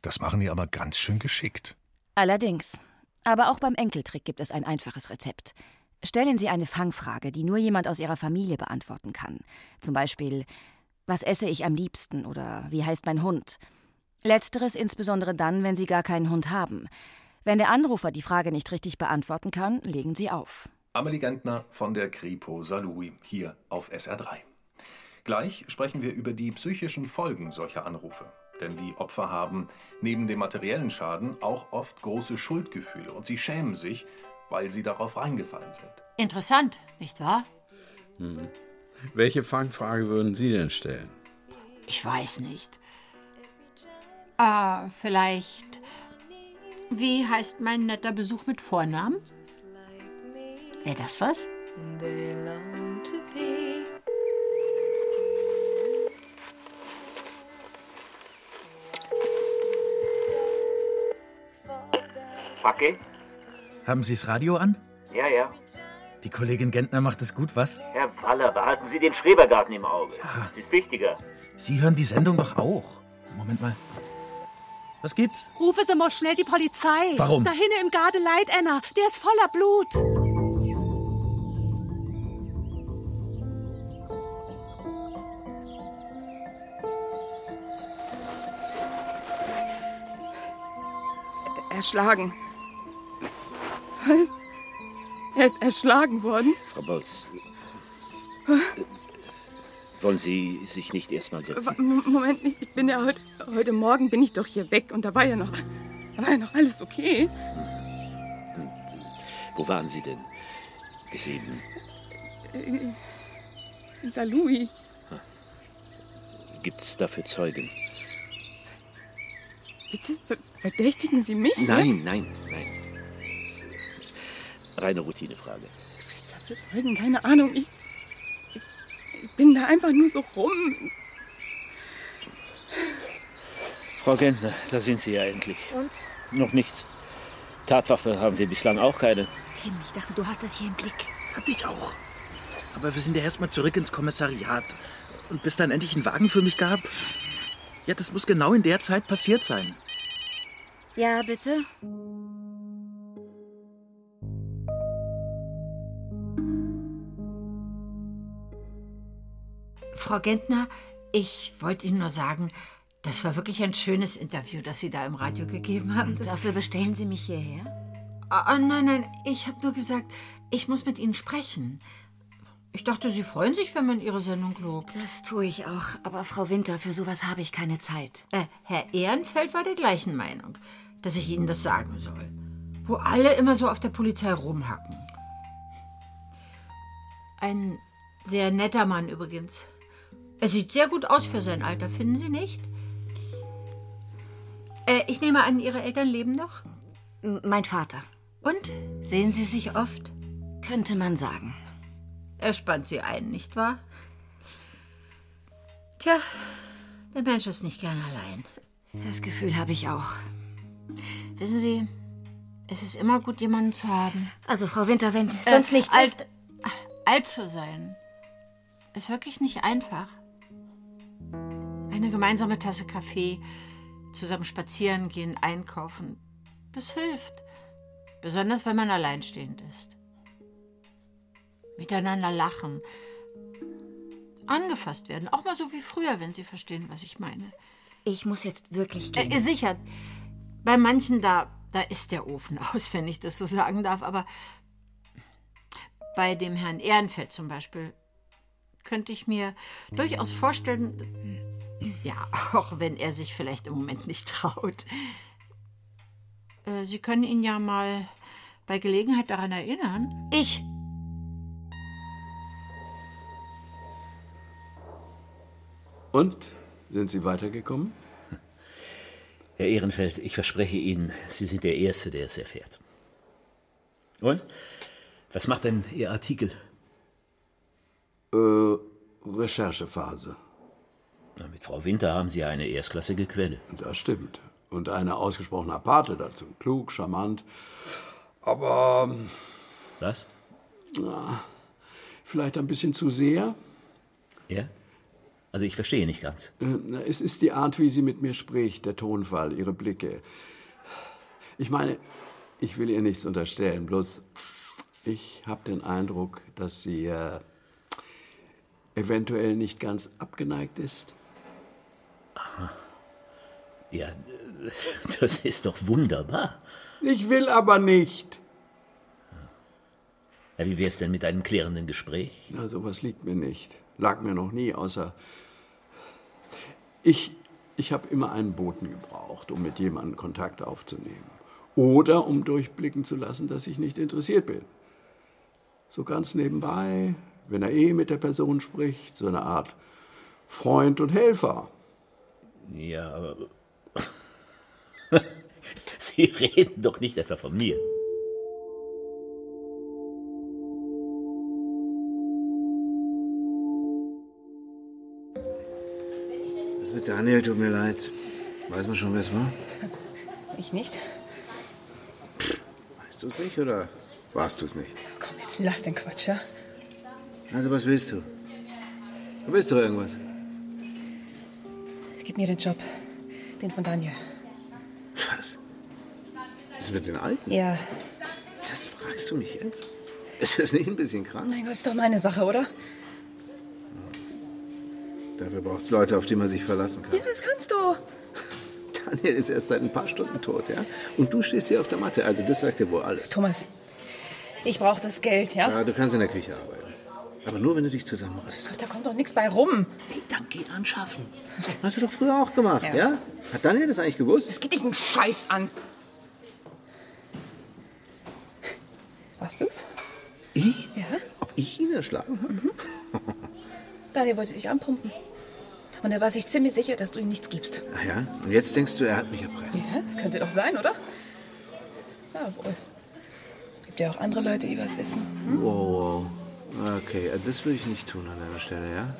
Speaker 2: Das machen die aber ganz schön geschickt.
Speaker 7: Allerdings. Aber auch beim Enkeltrick gibt es ein einfaches Rezept. Stellen Sie eine Fangfrage, die nur jemand aus Ihrer Familie beantworten kann. Zum Beispiel, was esse ich am liebsten oder wie heißt mein Hund? Letzteres insbesondere dann, wenn Sie gar keinen Hund haben. Wenn der Anrufer die Frage nicht richtig beantworten kann, legen Sie auf.
Speaker 18: Amelie Gentner von der Kripo Salui hier auf SR3. Gleich sprechen wir über die psychischen Folgen solcher Anrufe. Denn die Opfer haben neben dem materiellen Schaden auch oft große Schuldgefühle und sie schämen sich, weil sie darauf reingefallen sind.
Speaker 3: Interessant, nicht wahr?
Speaker 20: Hm. Welche Fangfrage würden Sie denn stellen?
Speaker 3: Ich weiß nicht. Ah, vielleicht. Wie heißt mein netter Besuch mit Vornamen? Wäre das was?
Speaker 5: Facke?
Speaker 10: Haben Sie das Radio an?
Speaker 5: Ja, ja.
Speaker 10: Die Kollegin Gentner macht es gut, was?
Speaker 5: Herr Waller, behalten Sie den Schrebergarten im Auge. Das ist wichtiger.
Speaker 10: Sie hören die Sendung doch auch. Moment mal. Was gibt's?
Speaker 21: Rufe Sie mal schnell die Polizei.
Speaker 10: Warum?
Speaker 21: Da hinten im Garde leid einer. Der ist voller Blut.
Speaker 4: Erschlagen. Was? Er ist erschlagen worden?
Speaker 9: Frau Bolz, wollen Sie sich nicht erstmal
Speaker 4: W-
Speaker 9: setzen?
Speaker 4: M- Moment, ich ich bin ja heute, heute Morgen bin ich doch hier weg und da war ja noch, da war ja noch alles okay.
Speaker 9: Wo waren Sie denn? Bis eben.
Speaker 4: Äh, In Salui.
Speaker 9: Gibt's dafür Zeugen?
Speaker 4: Bitte, ver- verdächtigen Sie mich?
Speaker 9: Nein, nein, nein. Reine Routinefrage.
Speaker 4: Jetzt? Dafür Zeugen, keine Ahnung. Ich, ich, ich bin da einfach nur so rum.
Speaker 9: Frau Gentner, da sind Sie ja endlich.
Speaker 7: Und?
Speaker 9: Noch nichts. Tatwaffe haben wir bislang auch keine.
Speaker 7: Tim, ich dachte, du hast das hier im Blick.
Speaker 10: Hatte ich auch. Aber wir sind ja erstmal zurück ins Kommissariat. Und bis dann endlich ein Wagen für mich gab. Ja, das muss genau in der Zeit passiert sein.
Speaker 7: Ja, bitte.
Speaker 3: Frau Gentner, ich wollte Ihnen nur sagen, das war wirklich ein schönes Interview, das Sie da im Radio gegeben haben. Das
Speaker 7: Dafür bestellen Sie mich hierher?
Speaker 3: Ah, nein, nein, ich habe nur gesagt, ich muss mit Ihnen sprechen. Ich dachte, Sie freuen sich, wenn man Ihre Sendung lobt.
Speaker 7: Das tue ich auch. Aber Frau Winter, für sowas habe ich keine Zeit.
Speaker 3: Äh, Herr Ehrenfeld war der gleichen Meinung, dass ich Ihnen das sagen soll. wo alle immer so auf der Polizei rumhacken. Ein sehr netter Mann übrigens. Er sieht sehr gut aus für sein Alter, finden Sie nicht? Äh, ich nehme an, Ihre Eltern leben noch?
Speaker 7: Mein Vater.
Speaker 3: Und? Sehen Sie sich oft?
Speaker 7: Könnte man sagen.
Speaker 3: Er spannt Sie ein, nicht wahr? Tja, der Mensch ist nicht gern allein.
Speaker 7: Das Gefühl habe ich auch.
Speaker 3: Wissen Sie, es ist immer gut, jemanden zu haben.
Speaker 7: Also, Frau Winter, wenn sonst nichts
Speaker 3: Äh, alt,
Speaker 7: ist...
Speaker 3: alt zu sein ist wirklich nicht einfach. Eine gemeinsame Tasse Kaffee, zusammen spazieren gehen, einkaufen, das hilft. Besonders wenn man alleinstehend ist. Miteinander lachen, angefasst werden, auch mal so wie früher, wenn Sie verstehen, was ich meine.
Speaker 7: Ich muss jetzt wirklich gehen.
Speaker 3: Äh, sicher, bei manchen da, da ist der Ofen [laughs] aus, wenn ich das so sagen darf, aber bei dem Herrn Ehrenfeld zum Beispiel könnte ich mir durchaus vorstellen, ja, auch wenn er sich vielleicht im Moment nicht traut. Äh, Sie können ihn ja mal bei Gelegenheit daran erinnern.
Speaker 7: Ich.
Speaker 22: Und? Sind Sie weitergekommen?
Speaker 9: Herr Ehrenfeld, ich verspreche Ihnen, Sie sind der Erste, der es erfährt. Und? Was macht denn Ihr Artikel?
Speaker 11: Äh, Recherchephase.
Speaker 9: Na, mit Frau Winter haben Sie eine erstklassige Quelle.
Speaker 11: Das stimmt. Und eine ausgesprochene Aparte dazu. Klug, charmant. Aber.
Speaker 9: Was?
Speaker 11: Na, vielleicht ein bisschen zu sehr.
Speaker 9: Ja? Also ich verstehe nicht ganz.
Speaker 11: Äh, na, Es ist die Art, wie sie mit mir spricht, der Tonfall, ihre Blicke. Ich meine, ich will ihr nichts unterstellen, bloß ich habe den Eindruck, dass sie äh, eventuell nicht ganz abgeneigt
Speaker 9: [laughs]
Speaker 11: ist.
Speaker 9: Ja, äh, das ist doch wunderbar.
Speaker 11: Ich will aber nicht.
Speaker 9: Ja, wie wär's denn mit einem klärenden Gespräch?
Speaker 11: Na, sowas liegt mir nicht. Lag mir noch nie, außer. Ich, ich habe immer einen Boten gebraucht, um mit jemandem Kontakt aufzunehmen. Oder um durchblicken zu lassen, dass ich nicht interessiert bin. So ganz nebenbei, wenn er eh mit der Person spricht, so eine Art Freund und Helfer.
Speaker 9: Ja, aber. [laughs] Sie reden doch nicht etwa von mir.
Speaker 13: Das mit Daniel tut mir leid. Weiß man schon, wer es war?
Speaker 4: Ich nicht?
Speaker 13: Weißt du es nicht oder warst du es nicht?
Speaker 4: Komm, jetzt lass den Quatsch, ja?
Speaker 13: Also, was willst du? Du willst doch irgendwas.
Speaker 4: Gib mir den Job. Den von Daniel.
Speaker 13: Was? Das mit den Alten?
Speaker 4: Ja.
Speaker 13: Das fragst du mich jetzt? Ist das nicht ein bisschen krank?
Speaker 4: Oh Mein Gott, ist doch meine Sache, oder?
Speaker 13: Dafür braucht es Leute, auf die man sich verlassen kann.
Speaker 4: Ja, das kannst du.
Speaker 13: Daniel ist erst seit ein paar Stunden tot, ja? Und du stehst hier auf der Matte, also das sagt dir wohl alles.
Speaker 4: Thomas, ich brauche das Geld, ja?
Speaker 13: Ja, du kannst in der Küche arbeiten. Aber nur, wenn du dich zusammenreißt.
Speaker 4: Da kommt doch nichts bei rum.
Speaker 13: Hey, dann geh anschaffen. Hast du doch früher auch gemacht, ja? Hat Daniel das eigentlich gewusst?
Speaker 4: Es geht dich einen Scheiß an. Warst du's?
Speaker 13: Ich?
Speaker 4: Ja.
Speaker 13: Ob ich ihn erschlagen habe?
Speaker 4: Mhm. [laughs] Daniel wollte dich anpumpen. Und er war sich ziemlich sicher, dass du ihm nichts gibst.
Speaker 13: Ach ja, und jetzt denkst du, er hat mich erpresst.
Speaker 4: Ja, das könnte doch sein, oder? Ja, wohl. Gibt ja auch andere Leute, die was wissen.
Speaker 13: Wow, wow. Okay, also das würde ich nicht tun an deiner Stelle, ja?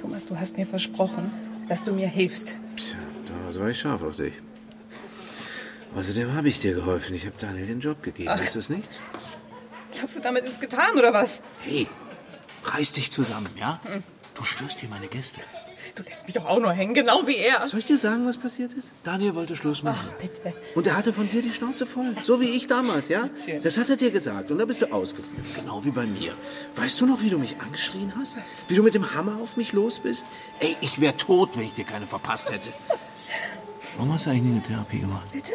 Speaker 4: Thomas, du hast mir versprochen, dass du mir hilfst.
Speaker 13: Tja, damals war ich scharf auf dich. Außerdem habe ich dir geholfen. Ich habe Daniel den Job gegeben.
Speaker 4: Ach.
Speaker 13: Weißt du es nicht?
Speaker 4: Glaubst du, damit ist es getan, oder was? Hm,
Speaker 13: Hey, reiß dich zusammen, ja? Du störst hier meine Gäste.
Speaker 4: Du lässt mich doch auch nur hängen, genau wie er.
Speaker 13: Soll ich dir sagen, was passiert ist? Daniel wollte Schluss machen.
Speaker 4: Ach, bitte.
Speaker 13: Und er hatte von dir die Schnauze voll. So wie ich damals, ja?
Speaker 4: Natürlich.
Speaker 13: Das hat er dir gesagt. Und da bist du ausgeflippt. Genau wie bei mir. Weißt du noch, wie du mich angeschrien hast? Wie du mit dem Hammer auf mich los bist? Ey, ich wäre tot, wenn ich dir keine verpasst hätte. Warum hast du eigentlich nie eine Therapie gemacht? Ah.
Speaker 4: Bitte?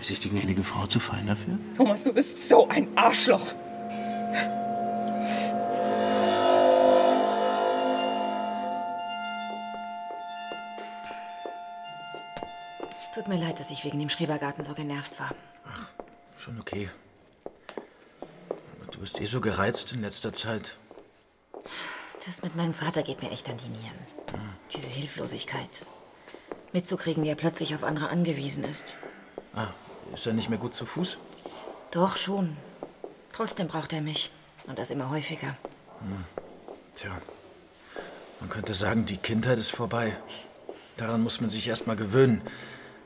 Speaker 13: Ist sich die gnädige Frau zu fein dafür?
Speaker 4: Thomas, du bist so ein Arschloch.
Speaker 7: Tut Tut mir leid, dass ich wegen dem Schrebergarten so genervt war.
Speaker 10: Schon okay. Aber du bist eh so gereizt in letzter Zeit.
Speaker 7: Das mit meinem Vater geht mir echt an die Nieren. Diese Hilflosigkeit. Mitzukriegen, wie er plötzlich auf andere angewiesen ist.
Speaker 10: Ah, ist er nicht mehr gut zu Fuß?
Speaker 7: Doch schon. Trotzdem braucht er mich. Und das immer häufiger.
Speaker 10: Hm. Tja. Man könnte sagen, die Kindheit ist vorbei. Daran muss man sich erst mal gewöhnen.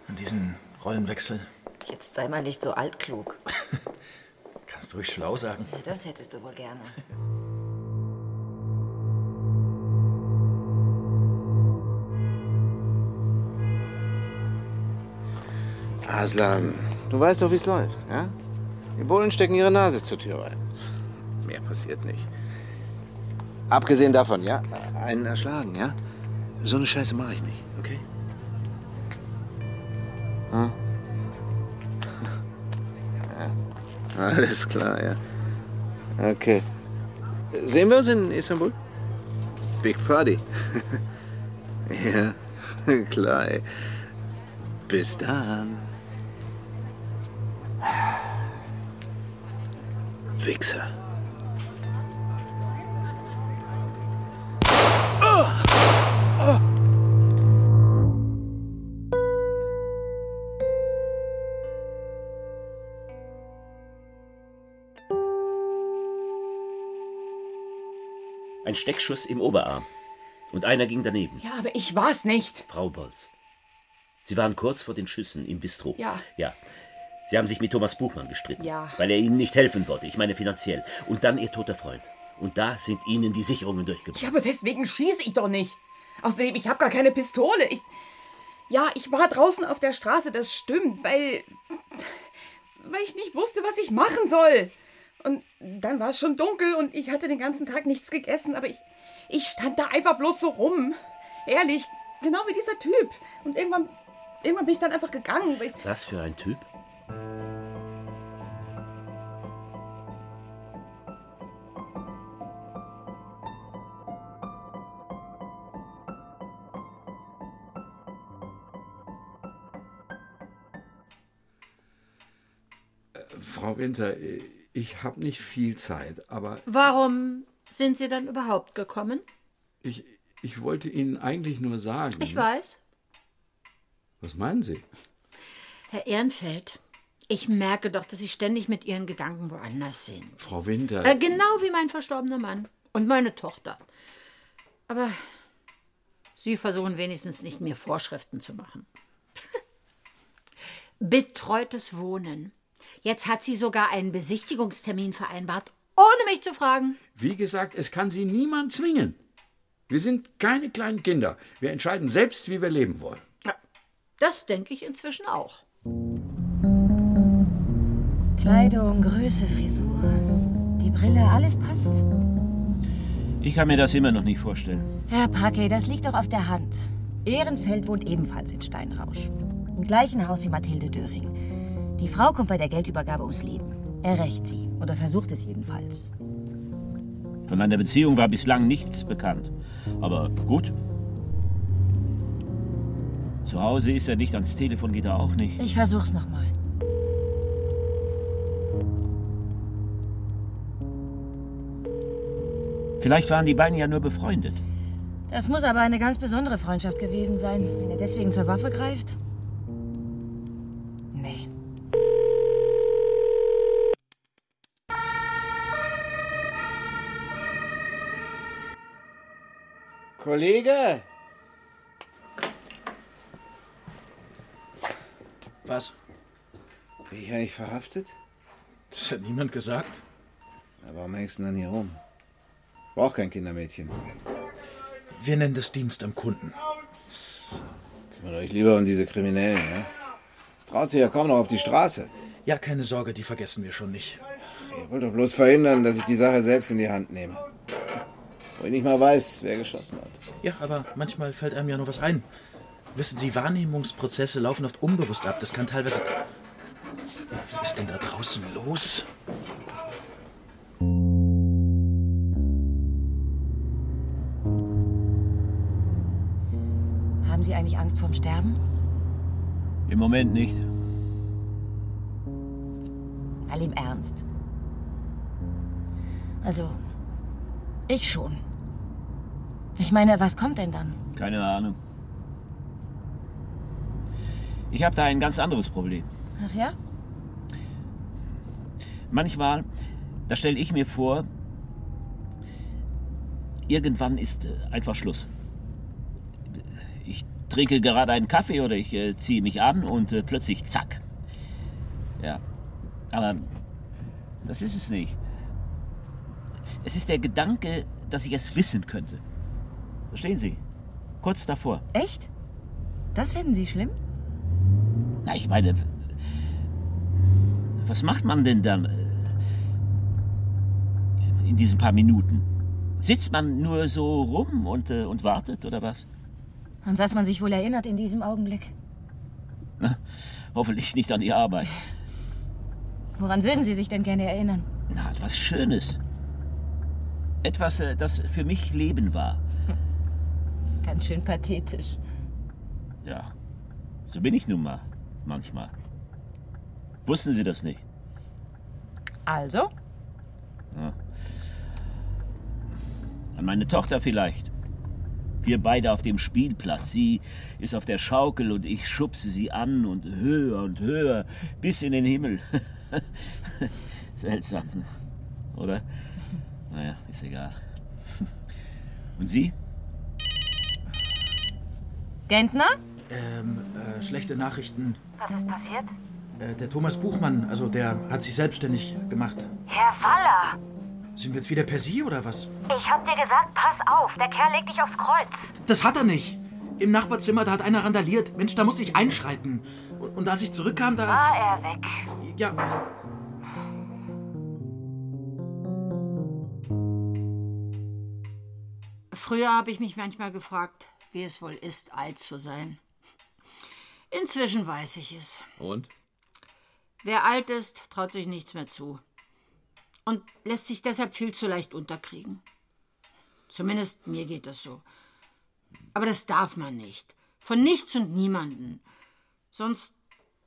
Speaker 10: An diesen Rollenwechsel.
Speaker 7: Jetzt sei mal nicht so altklug.
Speaker 10: Kannst du ruhig schlau sagen.
Speaker 7: Ja, das hättest du wohl gerne.
Speaker 13: Aslan, du weißt doch, wie es läuft, ja? Die Bullen stecken ihre Nase zur Tür rein. Mehr passiert nicht. Abgesehen davon, ja? Einen erschlagen, ja? So eine Scheiße mache ich nicht, okay? Hm? Ja. Alles klar, ja. Okay. Sehen wir uns in Istanbul? Big Party. [laughs] ja, [laughs] klar, ey. Bis dann. [sighs] Wichser.
Speaker 9: Ein Steckschuss im Oberarm. Und einer ging daneben.
Speaker 3: Ja, aber ich war's nicht.
Speaker 9: Frau Bolz. Sie waren kurz vor den Schüssen im Bistro.
Speaker 3: Ja.
Speaker 9: Ja. Sie haben sich mit Thomas Buchmann gestritten.
Speaker 3: Ja.
Speaker 9: Weil er ihnen nicht helfen wollte. Ich meine finanziell. Und dann ihr toter Freund. Und da sind ihnen die Sicherungen durchgebrochen.
Speaker 3: Ja, aber deswegen schieße ich doch nicht. Außerdem, ich habe gar keine Pistole. Ich. Ja, ich war draußen auf der Straße, das stimmt, weil. weil ich nicht wusste, was ich machen soll. Und dann war es schon dunkel und ich hatte den ganzen Tag nichts gegessen, aber ich. ich stand da einfach bloß so rum. Ehrlich, genau wie dieser Typ. Und irgendwann. irgendwann bin ich dann einfach gegangen. Weil ich,
Speaker 9: Was für ein Typ?
Speaker 11: Frau Winter, ich habe nicht viel Zeit, aber
Speaker 3: Warum sind Sie dann überhaupt gekommen?
Speaker 11: ich, ich wollte Ihnen eigentlich nur sagen.
Speaker 3: Ich weiß.
Speaker 11: Was meinen Sie?
Speaker 3: Herr Ehrenfeld, ich merke doch, dass Sie ständig mit Ihren Gedanken woanders sind.
Speaker 11: Frau Winter.
Speaker 3: Äh, genau wie mein verstorbener Mann und meine Tochter. Aber Sie versuchen wenigstens nicht, mir Vorschriften zu machen. [laughs] Betreutes Wohnen. Jetzt hat sie sogar einen Besichtigungstermin vereinbart, ohne mich zu fragen.
Speaker 11: Wie gesagt, es kann Sie niemand zwingen. Wir sind keine kleinen Kinder. Wir entscheiden selbst, wie wir leben wollen.
Speaker 3: Das denke ich inzwischen auch.
Speaker 7: Kleidung, Größe, Frisur, die Brille, alles passt.
Speaker 9: Ich kann mir das immer noch nicht vorstellen.
Speaker 7: Herr Packe, das liegt doch auf der Hand. Ehrenfeld wohnt ebenfalls in Steinrausch. Im gleichen Haus wie Mathilde Döring. Die Frau kommt bei der Geldübergabe ums Leben. Er rächt sie. Oder versucht es jedenfalls.
Speaker 9: Von einer Beziehung war bislang nichts bekannt. Aber gut. Zu Hause ist er nicht, ans Telefon geht er auch nicht.
Speaker 7: Ich versuch's nochmal.
Speaker 9: Vielleicht waren die beiden ja nur befreundet.
Speaker 7: Das muss aber eine ganz besondere Freundschaft gewesen sein, wenn er deswegen zur Waffe greift. Nee.
Speaker 13: Kollege! Was? Bin ich eigentlich verhaftet?
Speaker 10: Das hat niemand gesagt.
Speaker 13: Na, warum hängst du denn dann hier rum? Brauch kein Kindermädchen.
Speaker 10: Wir nennen das Dienst am Kunden.
Speaker 13: Kümmert euch lieber um diese Kriminellen, ja? Traut sich ja kaum noch auf die Straße.
Speaker 10: Ja, keine Sorge, die vergessen wir schon nicht.
Speaker 13: Ihr wollt doch bloß verhindern, dass ich die Sache selbst in die Hand nehme. Wo ich nicht mal weiß, wer geschossen hat.
Speaker 10: Ja, aber manchmal fällt einem ja noch was ein. Wissen Sie, Wahrnehmungsprozesse laufen oft unbewusst ab. Das kann teilweise. Was ist denn da draußen los?
Speaker 7: Haben Sie eigentlich Angst vorm Sterben?
Speaker 9: Im Moment nicht.
Speaker 7: All im Ernst. Also, ich schon. Ich meine, was kommt denn dann?
Speaker 9: Keine Ahnung. Ich habe da ein ganz anderes Problem.
Speaker 7: Ach ja?
Speaker 9: Manchmal, da stelle ich mir vor, irgendwann ist äh, einfach Schluss. Ich trinke gerade einen Kaffee oder ich äh, ziehe mich an und äh, plötzlich zack. Ja, aber das ist es nicht. Es ist der Gedanke, dass ich es wissen könnte. Verstehen Sie? Kurz davor.
Speaker 7: Echt? Das finden Sie schlimm?
Speaker 9: Na, ich meine, was macht man denn dann äh, in diesen paar Minuten? Sitzt man nur so rum und, äh, und wartet oder was?
Speaker 7: An was man sich wohl erinnert in diesem Augenblick?
Speaker 9: Na, hoffentlich nicht an die Arbeit.
Speaker 7: Woran würden Sie sich denn gerne erinnern?
Speaker 9: Na, etwas Schönes. Etwas, äh, das für mich Leben war.
Speaker 7: Ganz schön pathetisch.
Speaker 9: Ja, so bin ich nun mal manchmal. Wussten Sie das nicht?
Speaker 7: Also?
Speaker 9: Ja. An meine Tochter vielleicht. Wir beide auf dem Spielplatz. Sie ist auf der Schaukel und ich schubse sie an und höher und höher bis in den Himmel. [laughs] Seltsam, oder? Naja, ist egal. Und Sie?
Speaker 7: Gentner?
Speaker 10: Ähm, äh, schlechte Nachrichten.
Speaker 23: Was ist passiert?
Speaker 10: Äh, der Thomas Buchmann, also der hat sich selbstständig gemacht.
Speaker 23: Herr Waller!
Speaker 10: Sind wir jetzt wieder per Sie oder was?
Speaker 23: Ich hab dir gesagt, pass auf, der Kerl legt dich aufs Kreuz.
Speaker 10: Das hat er nicht. Im Nachbarzimmer, da hat einer randaliert. Mensch, da musste ich einschreiten. Und, und als ich zurückkam, da...
Speaker 23: War er weg.
Speaker 10: Ja,
Speaker 3: Früher habe ich mich manchmal gefragt, wie es wohl ist, alt zu sein. Inzwischen weiß ich es.
Speaker 20: Und?
Speaker 3: Wer alt ist, traut sich nichts mehr zu und lässt sich deshalb viel zu leicht unterkriegen. Zumindest mir geht das so. Aber das darf man nicht. Von nichts und niemanden. Sonst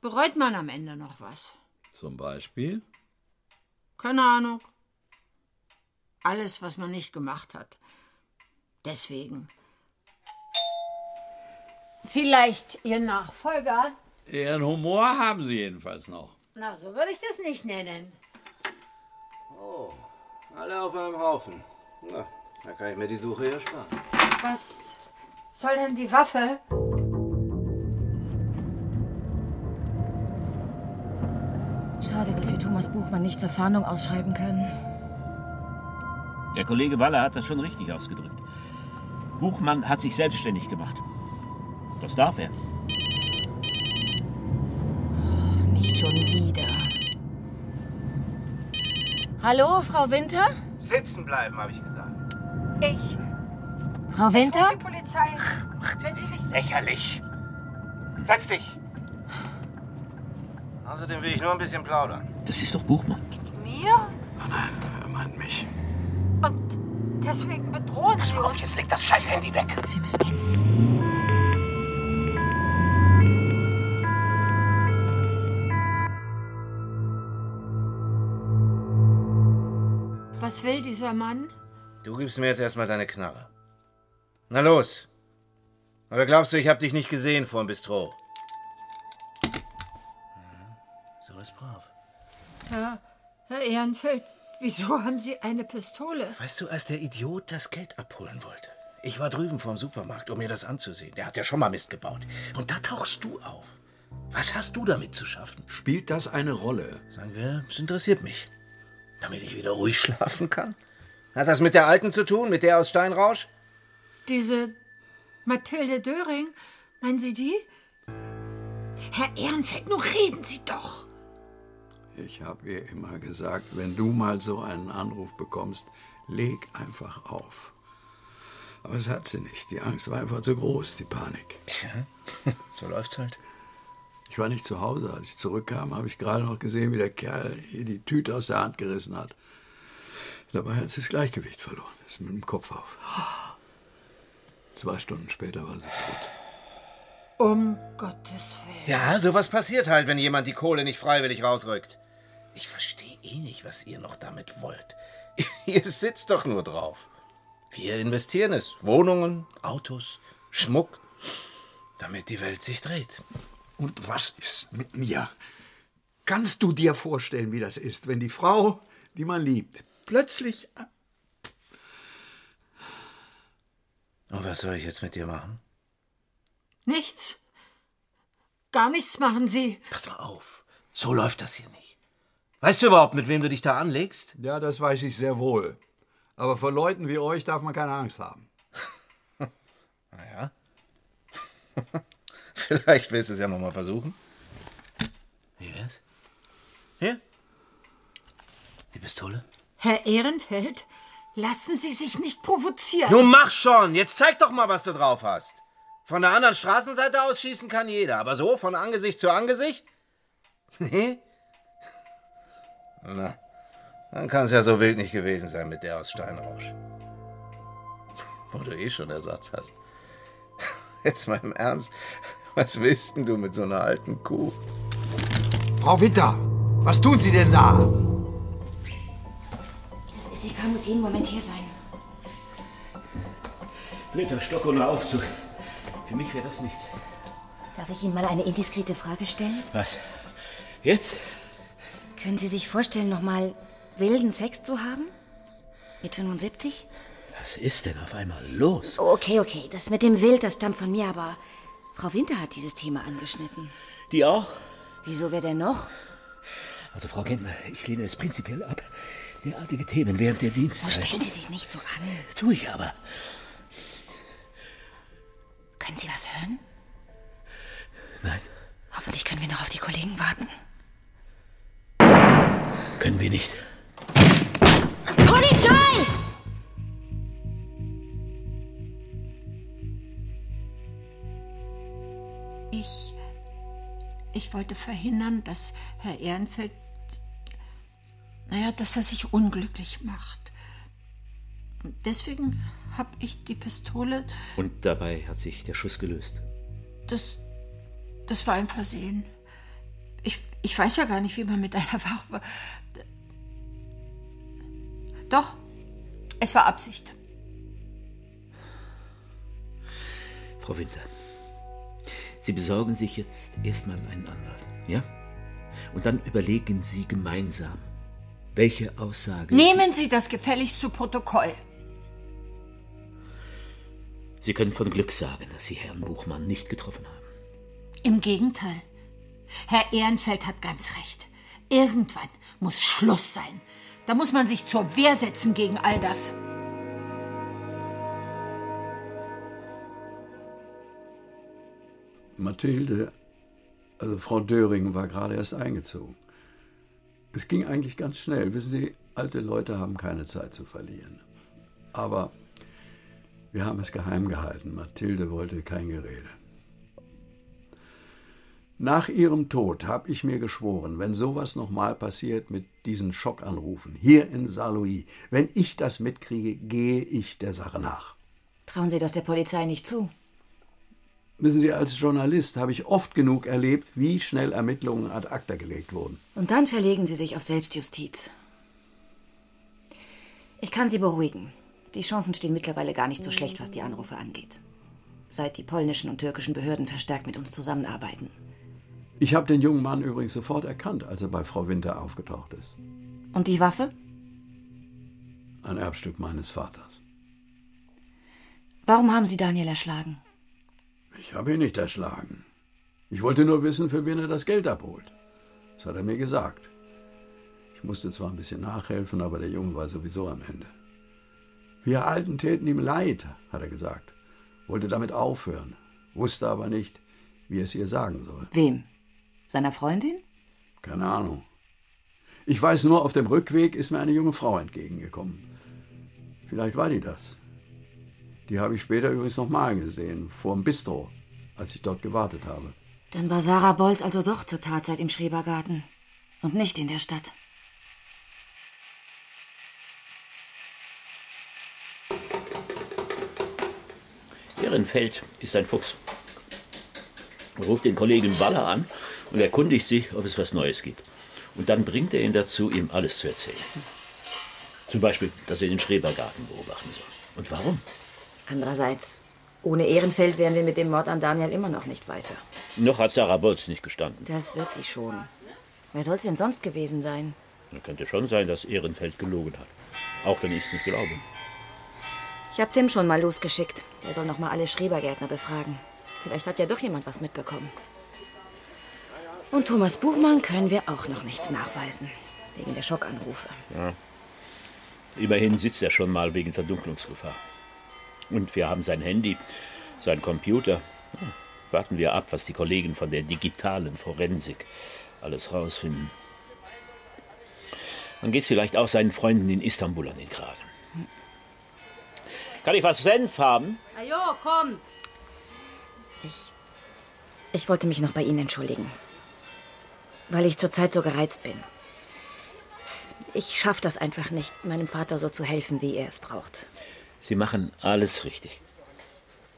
Speaker 3: bereut man am Ende noch was.
Speaker 20: Zum Beispiel?
Speaker 3: Keine Ahnung. Alles, was man nicht gemacht hat. Deswegen. Vielleicht Ihr Nachfolger?
Speaker 20: Ihren Humor haben Sie jedenfalls noch.
Speaker 3: Na, so würde ich das nicht nennen.
Speaker 13: Oh, alle auf einem Haufen. Na, da kann ich mir die Suche ja sparen.
Speaker 3: Was soll denn die Waffe?
Speaker 7: Schade, dass wir Thomas Buchmann nicht zur Fahndung ausschreiben können.
Speaker 9: Der Kollege Waller hat das schon richtig ausgedrückt. Buchmann hat sich selbstständig gemacht. Das darf er.
Speaker 7: Nicht schon wieder. Hallo, Frau Winter?
Speaker 13: Sitzen bleiben, habe ich gesagt.
Speaker 3: Ich,
Speaker 7: Frau Winter?
Speaker 3: die Polizei. Wenn Sie nicht.
Speaker 13: Lächerlich. Setz dich. Außerdem will ich nur ein bisschen plaudern.
Speaker 9: Das ist doch Buchmann.
Speaker 3: Mir?
Speaker 13: Er meint mich.
Speaker 3: Deswegen bedrohen Sie uns.
Speaker 13: Jetzt leg das scheiß Handy weg.
Speaker 7: Wir müssen gehen.
Speaker 3: Was will dieser Mann?
Speaker 13: Du gibst mir jetzt erstmal deine Knarre. Na los. Aber glaubst du, ich hab dich nicht gesehen vorm Bistro? So ist brav.
Speaker 3: Herr, Herr Ehrenfeld, wieso haben Sie eine Pistole?
Speaker 13: Weißt du, als der Idiot das Geld abholen wollte? Ich war drüben vorm Supermarkt, um mir das anzusehen. Der hat ja schon mal Mist gebaut. Und da tauchst du auf. Was hast du damit zu schaffen?
Speaker 20: Spielt das eine Rolle?
Speaker 13: Sagen wir, es interessiert mich. Damit ich wieder ruhig schlafen kann? Hat das mit der Alten zu tun, mit der aus Steinrausch?
Speaker 3: Diese Mathilde Döring, meinen Sie die? Herr Ehrenfeld, nun reden Sie doch.
Speaker 11: Ich habe ihr immer gesagt, wenn du mal so einen Anruf bekommst, leg einfach auf. Aber es hat sie nicht. Die Angst war einfach zu groß, die Panik.
Speaker 13: Tja, [laughs] so läuft's halt.
Speaker 11: Ich war nicht zu Hause. Als ich zurückkam, habe ich gerade noch gesehen, wie der Kerl ihr die Tüte aus der Hand gerissen hat. Dabei hat sie das Gleichgewicht verloren. Ist mit dem Kopf auf. Zwei Stunden später war sie tot.
Speaker 3: Um Gottes Willen.
Speaker 13: Ja, sowas passiert halt, wenn jemand die Kohle nicht freiwillig rausrückt. Ich verstehe eh nicht, was ihr noch damit wollt. [laughs] ihr sitzt doch nur drauf. Wir investieren es. Wohnungen, Autos, Schmuck, damit die Welt sich dreht.
Speaker 24: Und was ist mit mir? Kannst du dir vorstellen, wie das ist, wenn die Frau, die man liebt, plötzlich.
Speaker 13: Und was soll ich jetzt mit dir machen?
Speaker 3: Nichts. Gar nichts machen Sie.
Speaker 13: Pass mal auf. So läuft das hier nicht. Weißt du überhaupt, [laughs] mit wem du dich da anlegst?
Speaker 24: Ja, das weiß ich sehr wohl. Aber vor Leuten wie euch darf man keine Angst haben.
Speaker 13: Naja. Vielleicht willst du es ja nochmal versuchen. Wie wär's? Hier? Die Pistole?
Speaker 3: Herr Ehrenfeld, lassen Sie sich nicht provozieren.
Speaker 13: Nun mach schon! Jetzt zeig doch mal, was du drauf hast. Von der anderen Straßenseite aus schießen kann jeder, aber so von Angesicht zu Angesicht? Nee? Na, dann kann es ja so wild nicht gewesen sein mit der aus Steinrausch. Wo du eh schon Ersatz hast. Jetzt mal im Ernst, was willst denn du mit so einer alten Kuh?
Speaker 24: Frau Winter, was tun Sie denn da?
Speaker 7: Das ist egal, muss jeden Moment hier sein.
Speaker 9: Dritter Stock ohne Aufzug. Für mich wäre das nichts.
Speaker 7: Darf ich Ihnen mal eine indiskrete Frage stellen?
Speaker 9: Was? Jetzt?
Speaker 7: Können Sie sich vorstellen, nochmal wilden Sex zu haben? Mit 75?
Speaker 9: Was ist denn auf einmal los?
Speaker 7: Okay, okay, das mit dem Wild, das stammt von mir, aber Frau Winter hat dieses Thema angeschnitten.
Speaker 9: Die auch?
Speaker 7: Wieso wer denn noch?
Speaker 9: Also, Frau Gentner, ich lehne es prinzipiell ab. Derartige Themen während der
Speaker 7: Oh,
Speaker 9: Dienstzeit.
Speaker 7: stellen Sie sich nicht so an.
Speaker 9: Tue ich aber.
Speaker 7: Können Sie was hören?
Speaker 9: Nein.
Speaker 7: Hoffentlich können wir noch auf die Kollegen warten.
Speaker 9: Können wir nicht.
Speaker 25: Polizei!
Speaker 3: Ich. Ich wollte verhindern, dass Herr Ehrenfeld. Naja, dass er sich unglücklich macht. Deswegen habe ich die Pistole.
Speaker 9: Und dabei hat sich der Schuss gelöst.
Speaker 3: Das. Das war ein Versehen. Ich, ich weiß ja gar nicht, wie man mit einer Waffe. Doch, es war Absicht.
Speaker 9: Frau Winter, Sie besorgen sich jetzt erstmal einen Anwalt, ja? Und dann überlegen Sie gemeinsam, welche Aussage.
Speaker 3: Nehmen Sie das gefälligst zu Protokoll.
Speaker 9: Sie können von Glück sagen, dass Sie Herrn Buchmann nicht getroffen haben.
Speaker 3: Im Gegenteil. Herr Ehrenfeld hat ganz recht. Irgendwann muss Schluss sein. Da muss man sich zur Wehr setzen gegen all das.
Speaker 11: Mathilde, also Frau Döring, war gerade erst eingezogen. Es ging eigentlich ganz schnell. Wissen Sie, alte Leute haben keine Zeit zu verlieren. Aber wir haben es geheim gehalten. Mathilde wollte kein Gerede. Nach ihrem Tod habe ich mir geschworen, wenn sowas nochmal passiert mit diesen Schockanrufen hier in Saarlouis, wenn ich das mitkriege, gehe ich der Sache nach.
Speaker 7: Trauen Sie das der Polizei nicht zu.
Speaker 11: Wissen Sie, als Journalist habe ich oft genug erlebt, wie schnell Ermittlungen ad acta gelegt wurden.
Speaker 7: Und dann verlegen Sie sich auf Selbstjustiz. Ich kann Sie beruhigen. Die Chancen stehen mittlerweile gar nicht so schlecht, was die Anrufe angeht. Seit die polnischen und türkischen Behörden verstärkt mit uns zusammenarbeiten.
Speaker 11: Ich habe den jungen Mann übrigens sofort erkannt, als er bei Frau Winter aufgetaucht ist.
Speaker 7: Und die Waffe?
Speaker 11: Ein Erbstück meines Vaters.
Speaker 7: Warum haben Sie Daniel erschlagen?
Speaker 11: Ich habe ihn nicht erschlagen. Ich wollte nur wissen, für wen er das Geld abholt. Das hat er mir gesagt. Ich musste zwar ein bisschen nachhelfen, aber der Junge war sowieso am Ende. Wir Alten täten ihm leid, hat er gesagt. Wollte damit aufhören, wusste aber nicht, wie er es ihr sagen soll.
Speaker 7: Wem? Seiner Freundin?
Speaker 11: Keine Ahnung. Ich weiß nur, auf dem Rückweg ist mir eine junge Frau entgegengekommen. Vielleicht war die das. Die habe ich später übrigens nochmal gesehen, vor dem Bistro, als ich dort gewartet habe.
Speaker 7: Dann war Sarah Bolz also doch zur Tatzeit im Schrebergarten und nicht in der Stadt.
Speaker 9: Ehrenfeld ist ein Fuchs. ruft den Kollegen Waller an und erkundigt sich, ob es was Neues gibt. Und dann bringt er ihn dazu, ihm alles zu erzählen. Zum Beispiel, dass er den Schrebergarten beobachten soll. Und warum?
Speaker 7: Andererseits, ohne Ehrenfeld wären wir mit dem Mord an Daniel immer noch nicht weiter.
Speaker 9: Noch hat Sarah Bolz nicht gestanden.
Speaker 7: Das wird sie schon. Wer soll es denn sonst gewesen sein?
Speaker 9: Dann könnte schon sein, dass Ehrenfeld gelogen hat. Auch wenn ich es nicht glaube.
Speaker 7: Ich habe Tim schon mal losgeschickt. Er soll noch mal alle Schrebergärtner befragen. Vielleicht hat ja doch jemand was mitbekommen. Und Thomas Buchmann können wir auch noch nichts nachweisen. Wegen der Schockanrufe.
Speaker 9: Ja. Immerhin sitzt er schon mal wegen Verdunklungsgefahr. Und wir haben sein Handy, sein Computer. Ja, warten wir ab, was die Kollegen von der digitalen Forensik alles rausfinden. Dann geht's vielleicht auch seinen Freunden in Istanbul an den Kragen. Kann ich was Senf haben?
Speaker 3: Ajo, kommt!
Speaker 7: Ich wollte mich noch bei Ihnen entschuldigen. Weil ich zurzeit so gereizt bin. Ich schaffe das einfach nicht, meinem Vater so zu helfen, wie er es braucht.
Speaker 9: Sie machen alles richtig.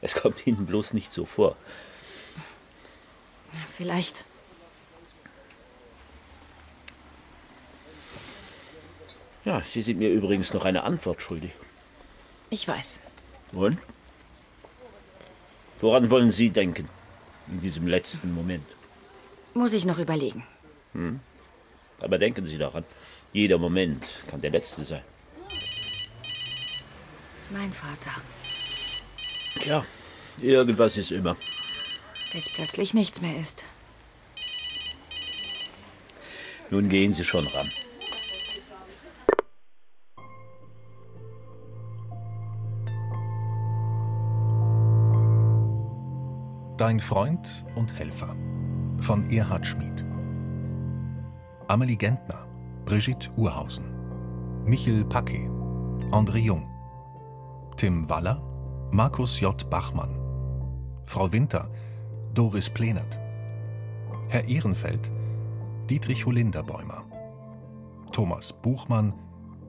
Speaker 9: Es kommt Ihnen bloß nicht so vor.
Speaker 7: Ja, vielleicht.
Speaker 9: Ja, Sie sind mir übrigens noch eine Antwort schuldig.
Speaker 7: Ich weiß.
Speaker 9: Und? Woran wollen Sie denken in diesem letzten Moment?
Speaker 7: Muss ich noch überlegen.
Speaker 9: Hm? Aber denken Sie daran, jeder Moment kann der letzte sein.
Speaker 7: Mein Vater.
Speaker 9: Tja, irgendwas ist immer.
Speaker 7: Bis plötzlich nichts mehr ist.
Speaker 9: Nun gehen Sie schon ran.
Speaker 2: Dein Freund und Helfer von Erhard Schmid. Amelie Gentner, Brigitte Urhausen, Michel Packe, André Jung, Tim Waller, Markus J. Bachmann, Frau Winter, Doris Plenert, Herr Ehrenfeld, Dietrich Holinderbäumer, Thomas Buchmann,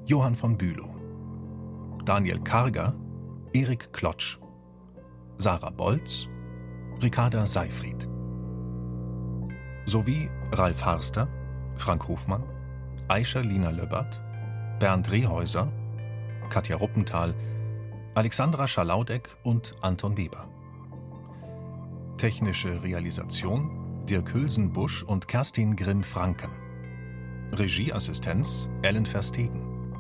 Speaker 2: Johann von Bülow, Daniel Karger, Erik Klotsch, Sarah Bolz, Ricarda Seifried. Sowie Ralf Harster, Frank Hofmann, Aisha Lina Löbbert, Bernd Rehäuser, Katja Ruppenthal, Alexandra Schalaudeck und Anton Weber. Technische Realisation Dirk Hülsenbusch und Kerstin Grimm-Franken. Regieassistenz Ellen Verstegen.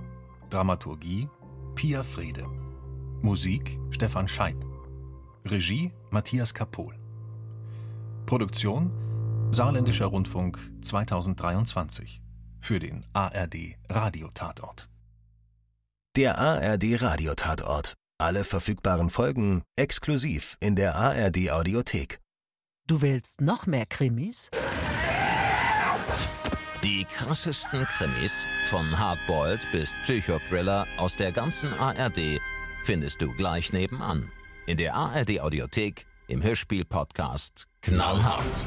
Speaker 2: Dramaturgie Pia Frede. Musik Stefan Scheib. Regie Matthias Kapohl. Produktion Saarländischer Rundfunk 2023 für den ARD Radiotatort.
Speaker 26: Der ARD Radiotatort. Alle verfügbaren Folgen exklusiv in der ARD Audiothek.
Speaker 14: Du willst noch mehr Krimis?
Speaker 26: Die krassesten Krimis von Hardboiled bis Psychothriller aus der ganzen ARD findest du gleich nebenan in der ARD Audiothek im Hörspiel Podcast Knallhart.